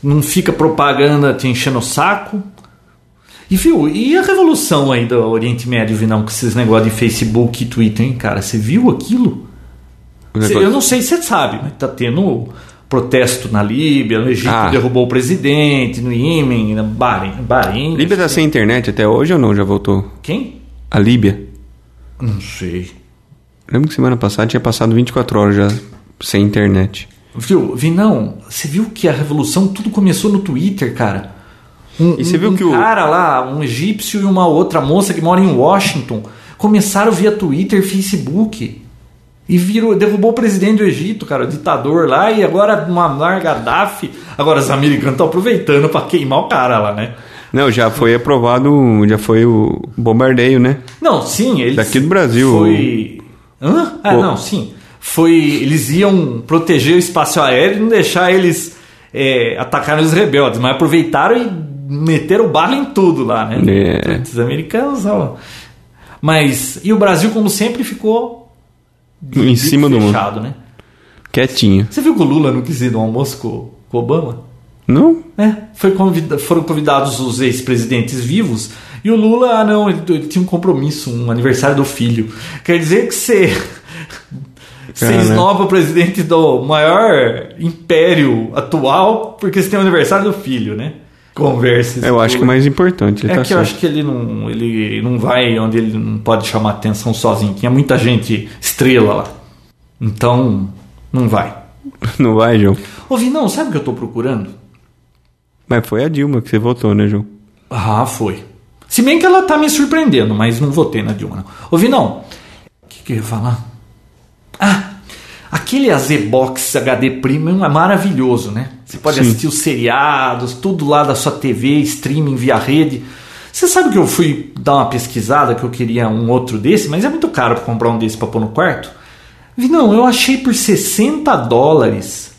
não fica propaganda te enchendo o saco. E viu, e a revolução aí do Oriente Médio, Vinão, com esses negócios de Facebook e Twitter, hein, cara? Você viu aquilo?
O
Cê-
negócio-
eu não sei se você sabe, mas tá tendo protesto na Líbia, no Egito
Ah.
derrubou o presidente, no Iêmen, na Bahrein. Bahrein
Líbia tá assim. sem internet até hoje ou não? Já voltou?
Quem?
A Líbia.
Não sei.
Lembro que semana passada tinha passado 24 horas já sem internet.
Viu, Vinão, você viu que a revolução tudo começou no Twitter, cara. Um,
E você
um-
viu
um
que o-
cara lá, um egípcio e uma outra moça que mora em Washington, começaram via Twitter, Facebook. E virou, derrubou o presidente do Egito, cara, o ditador lá, e agora Muammar Gaddafi. Agora os americanos estão aproveitando pra queimar o cara lá, né?
Não, já foi aprovado, já foi o bombardeio, né?
Não, sim, eles.
Daqui do Brasil.
Foi. Hã? Ah,
Pô.
não, sim. Foi. Eles iam proteger o espaço aéreo e não deixar eles é, atacarem os rebeldes, mas aproveitaram e meteram bala em tudo lá, né?
É.
Os americanos, ó. Mas. E o Brasil, como sempre, ficou. de-
Em
de-
cima do mundo.
fechado, né?
Quietinho.
Você viu que o Lula não quis ir no almoço com, com o Obama?
Não?
É, foi convida- foram convidados os ex-presidentes vivos e o Lula, ah não, ele, ele tinha um compromisso, um aniversário do filho. Quer dizer que você, você
Cara.
esnoba o presidente do maior império atual porque você tem o aniversário do filho, né? Conversa.
Eu acho que o mais importante. Ele
É
tá
que eu
certo.
acho que ele não, ele não vai onde ele não pode chamar atenção sozinho. Tinha muita gente estrela lá. Então, não vai.
Não vai, João.
Ô, não, sabe o que eu tô procurando?
Mas foi a Dilma que você votou, né, João?
Ah, foi. Se bem que ela tá me surpreendendo, mas não votei na Dilma, não. Ô, Vinão, o que, que eu ia falar? Ah, aquele AZ Box HD Premium é maravilhoso, né? Você pode
Sim.
assistir os seriados, tudo lá da sua TV, streaming via rede. Você sabe que eu fui dar uma pesquisada que eu queria um outro desse, mas é muito caro pra comprar um desse pra pôr no quarto? Vinão, eu achei por 60 dólares.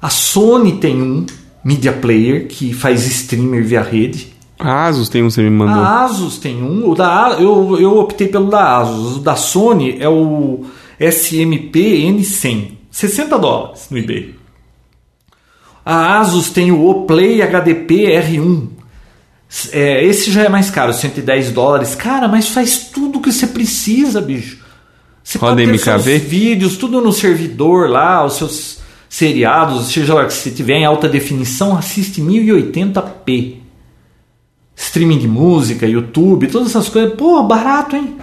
A Sony tem um Media Player que faz streamer via rede.
A Asus tem um que você me mandou.
A Asus tem um. O da, A- eu, eu optei pelo da Asus. O da Sony é o SMP N100. 60 dólares no eBay. A Asus tem o Oplay HDP R1. É, esse já é mais caro, 110 dólares. Cara, mas faz tudo que você precisa, bicho. Você
Roda
pode ter
MKV?
seus vídeos, tudo no servidor lá, os seus seriados, seja lá que você tiver em alta definição, assiste 1080p streaming de música, YouTube, todas essas coisas. Pô, barato, hein?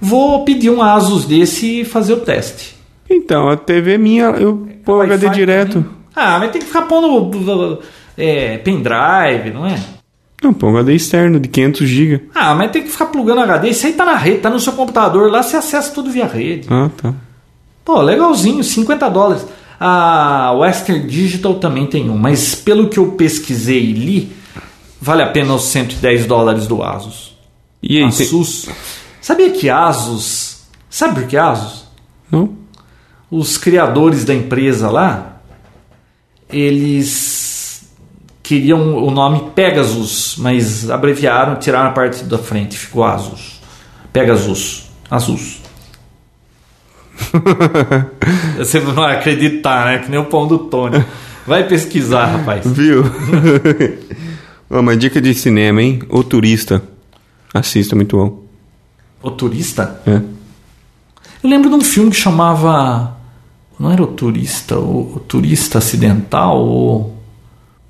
Vou pedir um Asus desse e fazer o teste.
Então, a TV minha, eu pô
É Wi-Fi
HD direto.
também. Ah, mas tem que ficar pondo é, pendrive, não é?
Não, pô, HD externo de 500 GB.
Ah, mas tem que ficar plugando HD. Isso aí tá na rede, tá no seu computador. Lá você acessa tudo via rede.
Ah, tá.
Pô, legalzinho, 50 dólares. A Western Digital também tem um, mas pelo que eu pesquisei e li, vale a pena os 110 dólares do Asus.
E aí, tem...
Asus. Sabia que Asus. Sabe por que Asus?
Não?
Os criadores da empresa lá, eles queriam o nome Pegasus, mas abreviaram, tiraram a parte da frente, ficou Asus. Pegasus. Asus. Você não vai acreditar, né? Que nem o pão do Tony. Vai pesquisar, rapaz.
Viu? Ó, Uma dica de cinema, hein? O Turista. Assista, é muito bom.
O turista?
É.
Eu lembro de um filme que chamava. Não era o turista, o, o turista acidental, ou.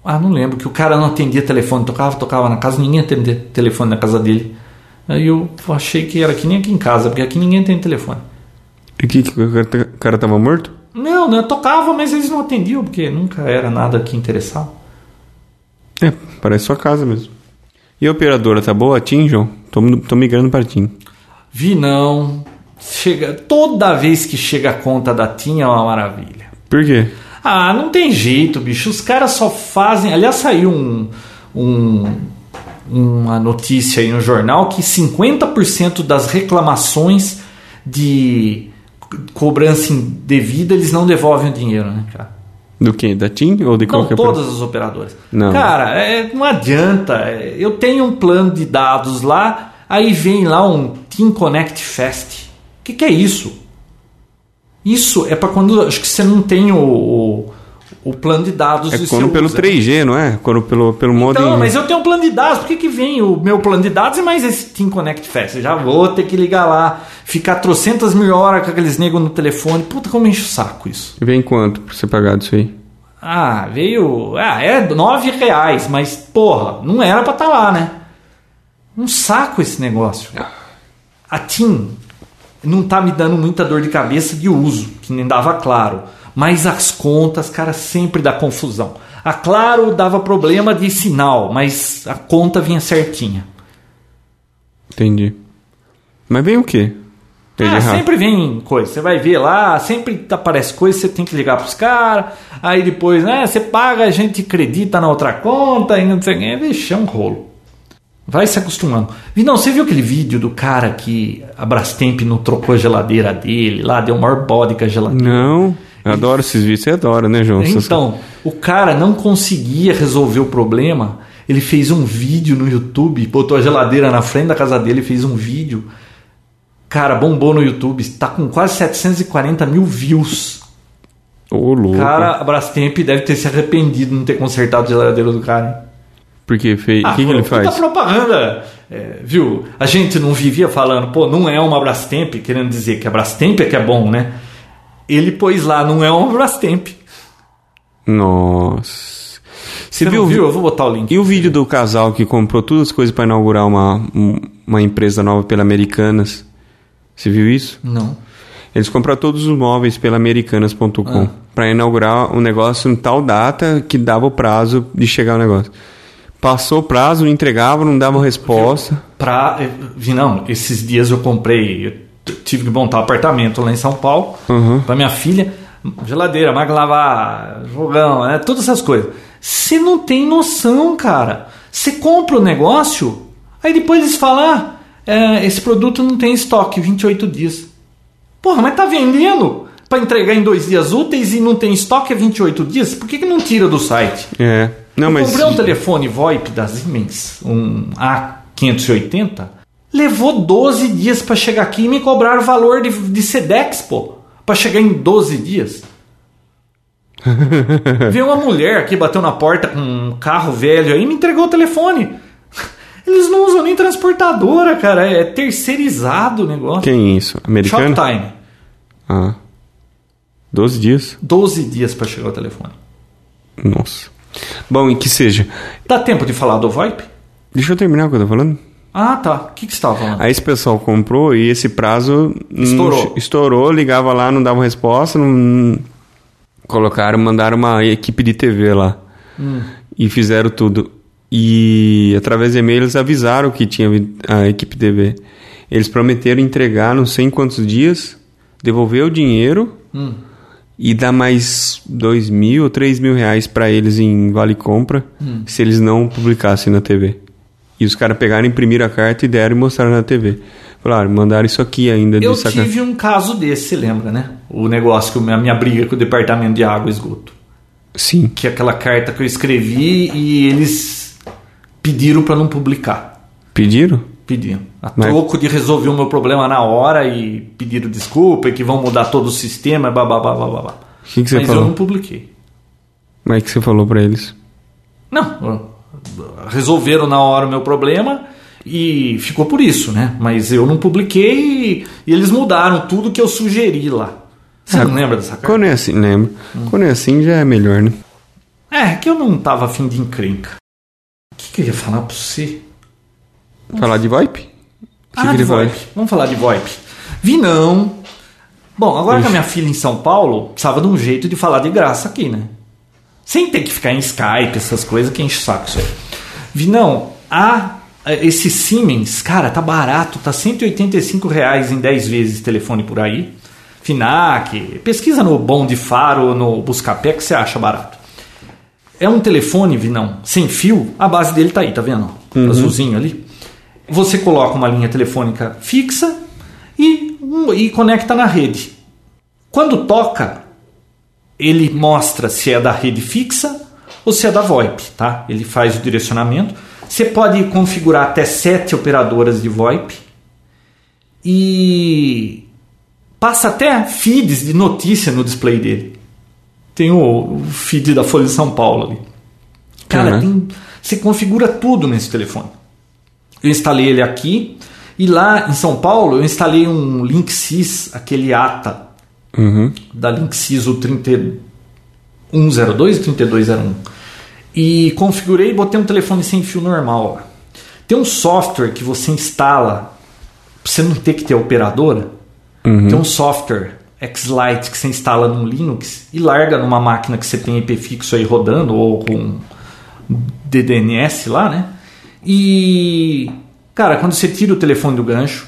Ah, não lembro, que o cara não atendia telefone, tocava, tocava na casa, ninguém atendia telefone na casa dele. Aí eu achei que era que nem aqui em casa, porque aqui ninguém tem telefone.
E que, que o cara- tá- o cara tava morto?
Não, não, eu tocava, mas eles não atendiam, porque nunca era nada que interessava.
É, parece sua casa mesmo. E a operadora, tá boa? Tim, João? Tô, tô migrando pra Tim.
Vi não. Chega, toda vez que chega a conta da TIM é uma maravilha.
Por quê?
Ah, não tem jeito, bicho. Os caras só fazem. Aliás, saiu um, um- uma notícia aí no jornal que 50% das reclamações de co- cobrança indevida eles não devolvem o dinheiro, né, cara?
Do quê? Da Tim ou de
Não
qualquer
todas as operadoras.
Não.
Cara, é, não adianta. É, Eu tenho um plano de dados lá, aí vem lá um Team Connect Fest. O que, que é isso? Isso é para quando acho que você não tem o, o, o plano de dados.
É
e
quando
você
pelo
usa.
3G, não é? Quando pelo, pelo né? modo.
Então, mas eu tenho um plano de dados. Por que, que vem o meu plano de dados e mais esse Team Connect Fest? Eu já vou ter que ligar lá, ficar trocentas mil horas com aqueles negros no telefone. Puta, como enche o saco isso.
Vem quanto pra você pagar disso aí?
Ah, veio. Ah, é nove reais, mas porra, não era pra estar lá, né? Um saco esse negócio. A TIM não tá me dando muita dor de cabeça de uso, que nem dava claro. Mas as contas, cara, sempre dá confusão. A Claro dava problema de sinal, mas a conta vinha certinha.
Entendi. Mas vem o quê? Tem de
Ah,
errado.
sempre vem coisa. Você vai ver lá, sempre aparece coisa, você tem que ligar pros caras. Aí depois, né, você paga, a gente acredita na outra conta, e não sei o que. Deixa um rolo. Vai se acostumando. E não, você viu aquele vídeo do cara que a Brastemp não trocou a geladeira dele, lá deu o maior bode com a geladeira.
Não. Eu adoro esses vídeos. Você adora, né, João? Essas-
Então, o cara não conseguia resolver o problema. Ele fez um vídeo no YouTube, botou a geladeira na frente da casa dele, fez um vídeo. Cara, bombou no YouTube, tá com quase 740 mil views.
Ô, louco.
Cara, a Brastemp deve ter se arrependido de não ter consertado a geladeira do cara. hein?
Porque fez. O que, que
pô,
ele
Ah, puta
faz?
propaganda, é, viu? A gente não vivia falando, pô, não é uma Brastemp, querendo dizer que a Brastemp é que é bom, né? Ele pôs lá, não é uma Brastemp.
Nossa. Você,
Você
viu,
não viu? Eu vou botar o link.
E o vídeo do casal que comprou todas as coisas pra inaugurar uma, um- uma empresa nova pela Americanas? Você viu isso?
Não.
Eles compraram todos os móveis pela
Ah.
Americanas.com pra inaugurar um negócio em tal data que dava o prazo de chegar o negócio. Passou o prazo, não entregava, não dava resposta.
Pra, eh, vi, não, esses dias eu comprei, eu t- tive que montar um apartamento lá em São Paulo
Uhum.
pra minha filha, geladeira, máquina de lavar, fogão, né, todas essas coisas. Você não tem noção, cara. Você compra o negócio, aí depois eles falam, ah, é, esse produto não tem estoque, 28 dias. Porra, mas tá vendendo pra entregar em dois dias úteis e não tem estoque é 28 dias? Por que, que não tira do site?
É. Não,
eu
mas.
comprei um telefone VoIP da Siemens, um A580, levou 12 dias para chegar aqui e me cobraram o valor de, de Sedex, pô, para chegar em 12 dias. Veio uma mulher aqui, bateu na porta com um carro velho aí e me entregou o telefone. Eles não usam nem transportadora, cara, é terceirizado o negócio.
Quem é isso? Americano?
Shoptime,
Ah. 12 dias?
12 dias para chegar o telefone.
Nossa. Bom, e que seja.
Dá tempo de falar do VoIP?
Deixa eu terminar o que eu tô falando.
Ah, tá. O que, que você estava falando?
Aí esse pessoal comprou e esse prazo não
Estourou.
che- estourou, ligava lá, não dava resposta, não colocaram, mandaram uma equipe de TV lá e fizeram tudo. E através de e-mail eles avisaram que tinha vi- a equipe TV. Eles prometeram entregar não sei em quantos dias, devolver o dinheiro e dar mais dois mil ou três mil reais pra eles em vale compra
Hum.
se eles não publicassem na TV. E os caras pegaram, imprimiram a carta e deram e mostraram na TV. Falaram, mandaram isso aqui ainda de
Eu
saca-
tive um caso desse, você lembra, né? O negócio que eu- a minha briga com o departamento de água e esgoto.
Sim.
que é aquela carta que eu escrevi e eles pediram pra não publicar.
Pediram?
Pediram. A
Mas-
troco de resolver o meu problema na hora e pediram desculpa e que vão mudar todo o sistema, babá, babá, babá.
O que que você
Mas
falou?
eu não publiquei.
Mas o que você falou pra eles?
Não, resolveram na hora o meu problema e ficou por isso, né? Mas eu não publiquei e, e eles mudaram tudo que eu sugeri lá. Você não lembra dessa carta?
Quando é assim, lembro.
Hum.
Quando é assim já é melhor, né?
É, que eu não tava afim de encrenca. O que, que eu ia falar pra você?
Falar de VoIP? O que
Hum. Ah,
que
de
ele fala?
VoIP. Vamos falar de VoIP. Vi não. Bom, agora que a minha filha em São Paulo, precisava de um jeito de falar de graça aqui, né? Sem ter que ficar em Skype, essas coisas, que enche o saco isso aí. Vi não. Ah, esse Siemens, cara, tá barato, tá R$ 185 reais em 10 vezes telefone por aí. Finac, pesquisa no Bom de Faro, no Buscapé, que você acha barato. É um telefone, Vinão, sem fio. A base dele tá aí, tá vendo? Azulzinho ali. Você coloca uma linha telefônica fixa e, um- e conecta na rede. Quando toca, ele mostra se é da rede fixa ou se é da VoIP, tá? Ele faz o direcionamento. Você pode configurar até sete operadoras de VoIP e passa até feeds de notícia no display dele tem o, o feed da Folha de São Paulo ali. Cara,
Uhum.
tem, você configura tudo nesse telefone. Eu instalei ele aqui e lá em São Paulo eu instalei um Linksys, aquele ATA
Uhum.
da Linksys o 3102 3201. E configurei e botei um telefone sem fio normal. lá. Tem um software que você instala pra você não ter que ter operadora. Tem um software Xlite que você instala num Linux e larga numa máquina que você tem IP fixo aí rodando ou com DDNS lá, né? E cara, quando você tira o telefone do gancho,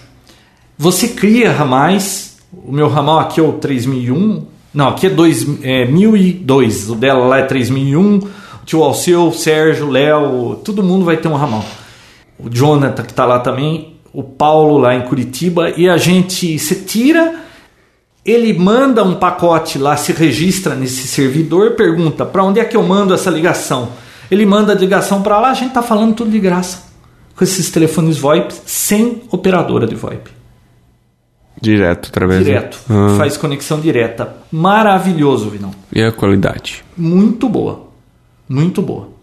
você cria ramais. O meu ramal aqui é o 3001. Não, aqui é, dois, é 1002. O dela lá é 3001. O tio Alceu, o Sérgio, o Léo, todo mundo vai ter um ramal. O Jonathan, que tá lá também. O Paulo, lá em Curitiba. E a gente se tira. Ele manda um pacote lá, se registra nesse servidor, pergunta para onde é que eu mando essa ligação. Ele manda a ligação para lá, a gente tá falando tudo de graça. Com esses telefones VoIP, sem operadora de VoIP.
Direto, através do-
Direto.
Ah,
Faz conexão direta. Maravilhoso, Vinão.
E a qualidade?
Muito boa. Muito boa.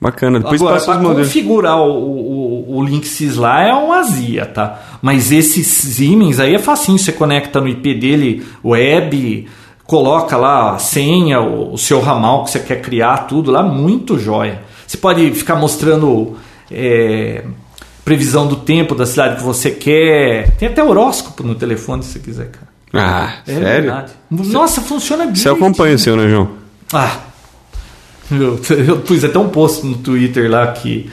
Bacana. Depois
Agora,
passa
pra
os modelos.
configurar o, o, o Linksys lá é uma azia, tá? Mas esse Siemens aí é facinho. Você conecta no IP dele web, coloca lá a senha, o, o seu ramal que você quer criar, tudo lá. Muito joia. Você pode ficar mostrando... é, Previsão do tempo da cidade que você quer. Tem até horóscopo no telefone se você quiser, cara.
Ah,
É
sério?
verdade. Nossa, funciona bem.
Você acompanha o seu, né, João?
Ah, eu, eu pus até um post no Twitter lá que.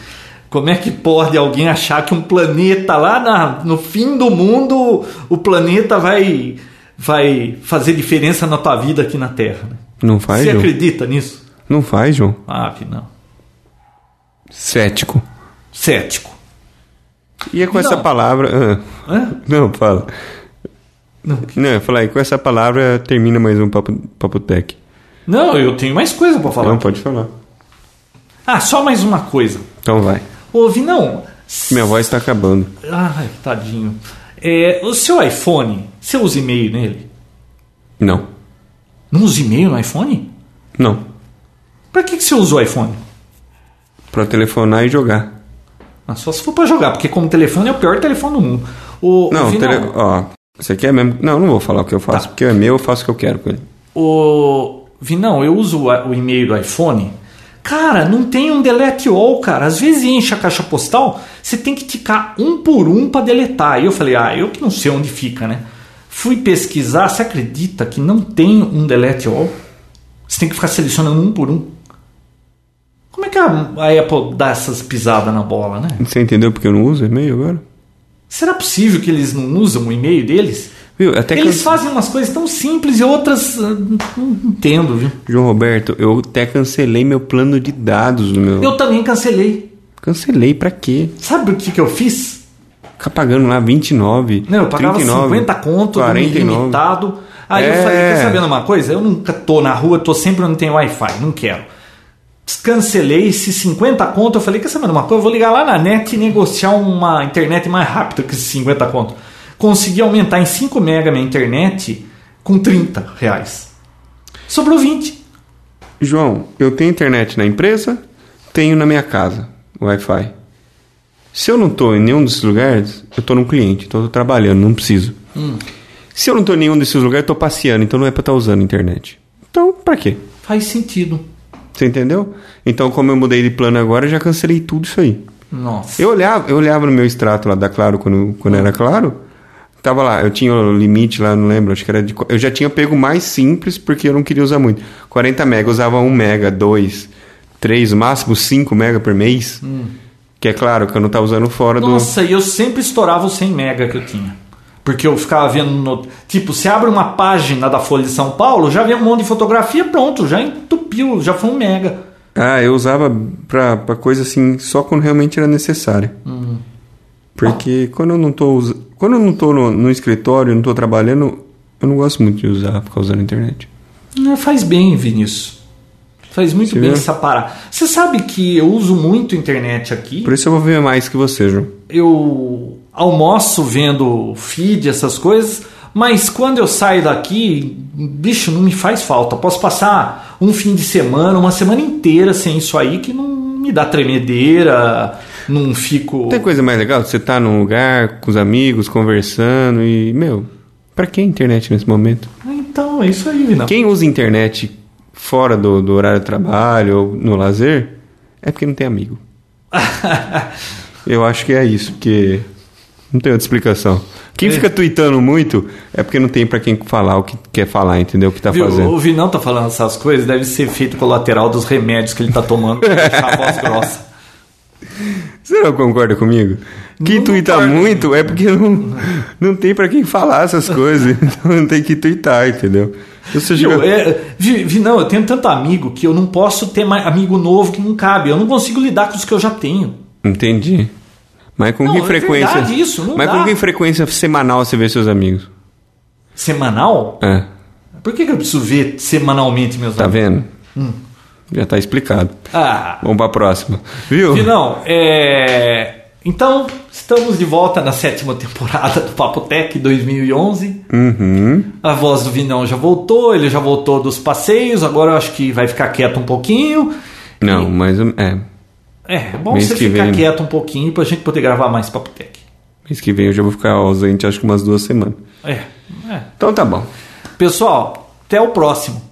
Como é que pode alguém achar que um planeta lá na- no fim do mundo, o planeta vai, vai fazer diferença na tua vida aqui na Terra? né?
Não faz,
Você
João?
acredita nisso?
Não faz, João?
Ah, que não.
Cético.
Cético.
E é com essa
Não.
palavra... ah,
Hã?
Não, fala. Não, eu ia falar, e com essa palavra termina mais um Papo, papo Tech.
Não, eu tenho mais coisa pra falar.
Não, pode falar.
Ah, só mais uma coisa.
Então vai.
Ô, Vinão,
Minha voz tá acabando.
Ai, tadinho. É, o seu iPhone, você usa e-mail nele?
Não.
Não usa e-mail no iPhone?
Não.
Pra que, que você usa o iPhone?
Pra telefonar e jogar.
Ah, só se for pra jogar, porque como telefone é o pior telefone do mundo. O,
Não,
o, Vinão,
tele... ó. Você quer mesmo? Não, não vou falar o que eu faço, porque é meu, eu faço o que eu quero com ele.
o- Vinão, eu uso o, i- o e-mail do iPhone. Cara, não tem um delete all, cara. Às vezes enche a caixa postal, você tem que ticar um por um pra deletar. E eu falei, ah, eu que não sei onde fica, né? Fui pesquisar, você acredita que não tem um delete all? Você tem que ficar selecionando um por um. Como é que a, a Apple dá essas pisadas na bola, né?
Você entendeu porque eu não uso e-mail agora?
Será possível que eles não usam o e-mail deles?
Viu? Até que
Eles
eu-
fazem umas coisas tão simples e outras. ah, Não entendo, viu?
João Roberto, eu até cancelei meu plano de dados do meu.
Eu também cancelei.
Cancelei pra quê?
Sabe o que, que eu fiz?
Ficar pagando lá 29.
Não, eu pagava 50 conto
49.
ilimitado. Aí eu
É.
falei, quer sabendo uma coisa? Eu nunca tô na rua, tô sempre onde tem Wi-Fi, não quero. Cancelei esses 50 conto, eu falei, quer saber uma coisa? Eu vou ligar lá na net e negociar uma internet mais rápida que esses 50 conto. Consegui aumentar em 5 mega minha internet com 30 reais. Sobrou 20.
João, eu tenho internet na empresa, tenho na minha casa, Wi-Fi. Se eu não tô em nenhum desses lugares, eu tô num cliente, então eu tô trabalhando, não preciso.
Hum.
Se eu não tô em nenhum desses lugares, eu tô passeando, então não é pra estar usando a internet. Então, pra quê?
Faz sentido.
Você entendeu? Então, como eu mudei de plano agora, eu já cancelei tudo isso aí.
Nossa.
Eu olhava, eu olhava no meu extrato lá da Claro quando, quando era Claro. Tava lá, eu tinha o limite lá, não lembro, acho que era de. qu- Eu já tinha pego o mais simples porque eu não queria usar muito. 40 mega, eu usava 1 mega, 2, 3, máximo 5 mega por mês. Que é claro que eu não tava usando fora
Nossa, e eu sempre estourava os 100 mega que eu tinha. Porque eu ficava vendo no. Tipo, você abre uma página da Folha de São Paulo, já vê um monte de fotografia, pronto, já entupiu, já foi um mega.
do. Ah, eu usava pra, pra coisa assim, só quando realmente era necessário. Porque quando eu não tô usa- Quando eu não tô no, no escritório, não tô trabalhando, eu não gosto muito de usar, ficar usando a internet.
Não, Né, faz bem, Vinícius. Faz muito
Você
bem
viu?
essa parada. Você sabe que eu uso muito internet aqui.
Por isso eu vou ver mais que você, João.
eu almoço vendo feed, essas coisas, mas quando eu saio daqui, bicho, não me faz falta. Posso passar um fim de semana, uma semana inteira sem isso aí que não me dá tremedeira, não fico.
Tem coisa mais legal? Você tá num lugar com os amigos, conversando e, meu, pra que a internet nesse momento?
Então, é isso aí, Vinão.
Quem usa internet fora do, do horário de trabalho ou no lazer é porque não tem amigo. Eu acho que é isso, porque não tem outra explicação. Quem fica tweetando muito é porque não tem pra quem falar o que quer falar, entendeu? O que tá
Viu,
fazendo.
o Vinão tá falando essas coisas, deve ser feito colateral dos remédios que ele tá tomando pra deixar a voz grossa.
Você não concorda comigo? Quem
Não
tuita
concordo.
muito é porque não, não tem pra quem falar essas coisas. Então não tem que tuitar, entendeu? Você
Viu,
chega-
é, vi, vi- não, eu tenho tanto amigo que eu não posso ter mais amigo novo que não cabe. Eu não consigo lidar com os que eu já tenho.
Entendi. Mas com
Não,
que
é
frequência?
verdade isso, não
mas
dá.
com que frequência semanal você vê seus amigos?
Semanal?
É,
Por que, que eu preciso ver semanalmente meus
tá
amigos?
vendo?
Hum.
Já tá explicado.
Ah,
Vamos pra próxima. Viu?
Vinão, é... então estamos de volta na sétima temporada do Papo Tech 2011.
Uhum.
A voz do Vinão já voltou, ele já voltou dos passeios, agora eu acho que vai ficar quieto um pouquinho.
Não, mas é.
É, é bom
Mês
você
que
ficar
vem.
quieto um pouquinho pra gente poder gravar mais Papo Tech.
Mês que vem eu já vou ficar ausente acho que umas duas semanas.
É, é.
Então tá bom.
Pessoal, até o próximo.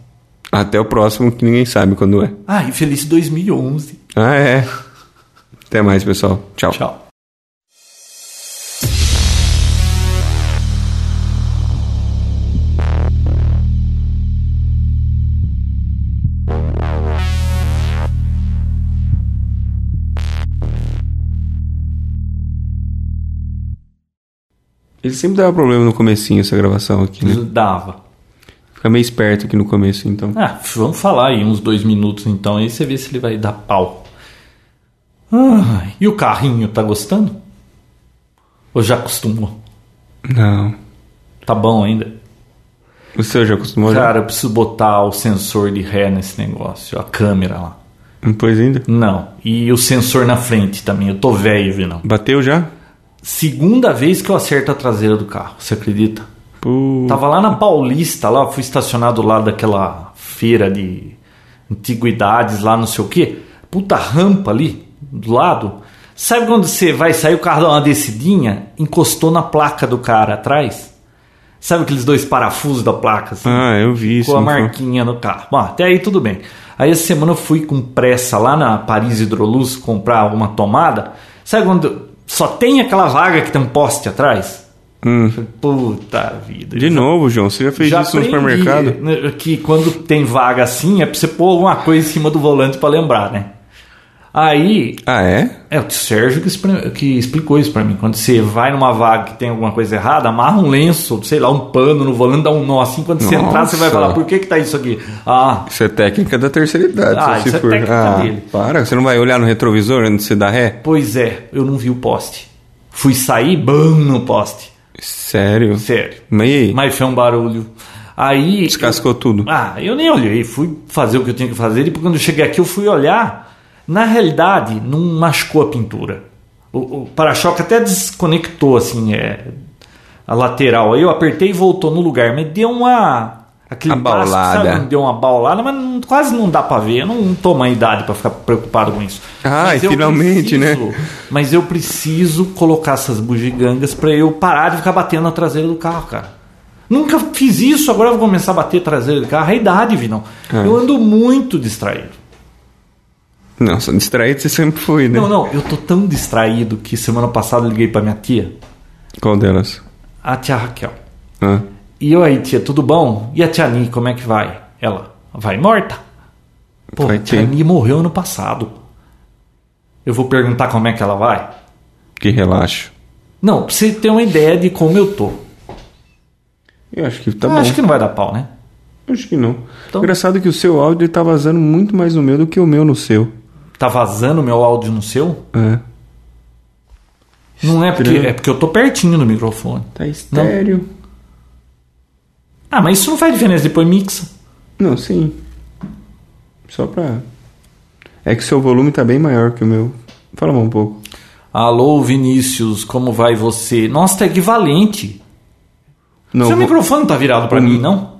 Até o próximo que ninguém sabe quando é.
Ah, e feliz 2011.
Ah, é. Até mais, pessoal. Tchau.
Tchau.
Ele sempre dava problema no comecinho essa gravação aqui,
Uhum.
né?
Dava.
Fica meio esperto aqui no começo, então.
Ah, vamos falar aí uns dois minutos então, aí você vê se ele vai dar pau. Ah, e o carrinho, tá gostando? Ou já acostumou?
Não.
Tá bom ainda?
O seu já acostumou? já?
Cara, eu preciso botar o sensor de ré nesse negócio, a câmera lá.
Não pôs ainda?
Não, e o sensor na frente também, eu tô velho, Vinão.
Bateu já?
Segunda vez que eu acerto a traseira do carro, você acredita?
Pô.
Tava lá na Paulista, lá, fui estacionado lá daquela feira de antiguidades, lá não sei o que. Puta rampa ali, do lado. Sabe quando você vai sair, o carro dá uma descidinha, encostou na placa do cara atrás? Sabe aqueles dois parafusos da placa? Assim?
Ah, eu vi isso.
com a
não foi?
marquinha no carro. Bom, até aí tudo bem. Aí essa semana eu fui com pressa lá na Paris Hidroluz comprar uma tomada. Sabe quando só tem aquela vaga que tem um poste atrás?
Hum.
Puta vida.
De novo, João, você já fez isso no
aprendi,
supermercado?
né, Que quando tem vaga assim, é pra você pôr alguma coisa em cima do volante pra lembrar, né? Aí,
Ah, é?
é o Sérgio que, expre- que explicou isso pra mim. Quando você vai numa vaga que tem alguma coisa errada, amarra um lenço, sei lá, um pano no volante, dá um nó assim. Quando você entrar, você vai
Nossa.
falar, por que que tá isso aqui? Ah,
Isso é técnica da terceira idade.
Ah,
se você
isso é
for.
técnica
ah,
dele.
para, você não vai olhar no retrovisor antes de você dar ré?
pois é, eu não vi o poste. Fui sair, bam, no poste.
Sério?
Sério.
Mas e aí?
Mas foi um barulho. Aí.
Descascou tudo.
Ah, eu nem olhei, fui fazer o que eu tinha que fazer, e quando eu cheguei aqui eu fui olhar. Na realidade, não machucou a pintura. O, o para-choque até desconectou, assim, é, a lateral. Aí eu apertei e voltou no lugar, mas deu uma. Aquele
Abaulada.
plástico, sabe, deu uma baulada, mas não- quase não dá pra ver. Eu não tô uma idade pra ficar preocupado com isso.
Ai,
Mas eu
Ah, finalmente, né?
Mas eu preciso colocar essas bugigangas pra eu parar de ficar batendo na traseira do carro, cara. Nunca fiz isso, agora eu vou começar a bater traseira do carro. É a idade, Vinão. Eu ando muito distraído.
Nossa, distraído você sempre foi, né?
Não, não, eu tô tão distraído que semana passada eu liguei pra minha tia,
Qual delas?
a tia Raquel.
Ah.
E eu aí, tia, tudo bom? E a tia Ni, como é que vai? Ela, vai morta. Pô, a tia
Coitinha.
Ni morreu ano passado. Eu vou perguntar como é que ela vai?
Que relaxo.
Não, pra você ter uma ideia de como eu tô.
Eu acho que tá
Eu
bom.
Acho que não vai dar pau, né?
Acho que não.
Então-
Engraçado que o seu áudio tá vazando muito mais no meu do que o meu no seu.
Tá vazando meu áudio no seu?
É.
Não é porque,
Estranho.
é porque eu tô pertinho do microfone.
Tá estéreo.
Ah, mas isso não faz diferença, depois mixa.
Não, sim. Só pra. É que seu volume tá bem maior que o meu. Fala mais um pouco.
Alô, Vinícius, como vai você? Nossa, tá equivalente.
Não. Hum.
Seu
o vo-
microfone não tá virado pra
o-
mim, não?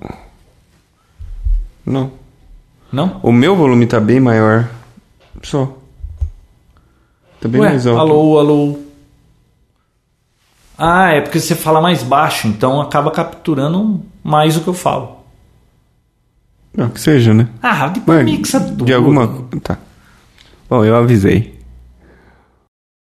Não.
Não?
O meu volume tá bem maior. Só. Tá bem
Ué,
mais alto.
alô, alô. Ah, é porque você fala mais baixo, então acaba capturando mais o que eu falo.
Não, que seja, né?
Ah, depois
Mas,
mixa tudo.
de alguma. Tá. Bom, eu avisei.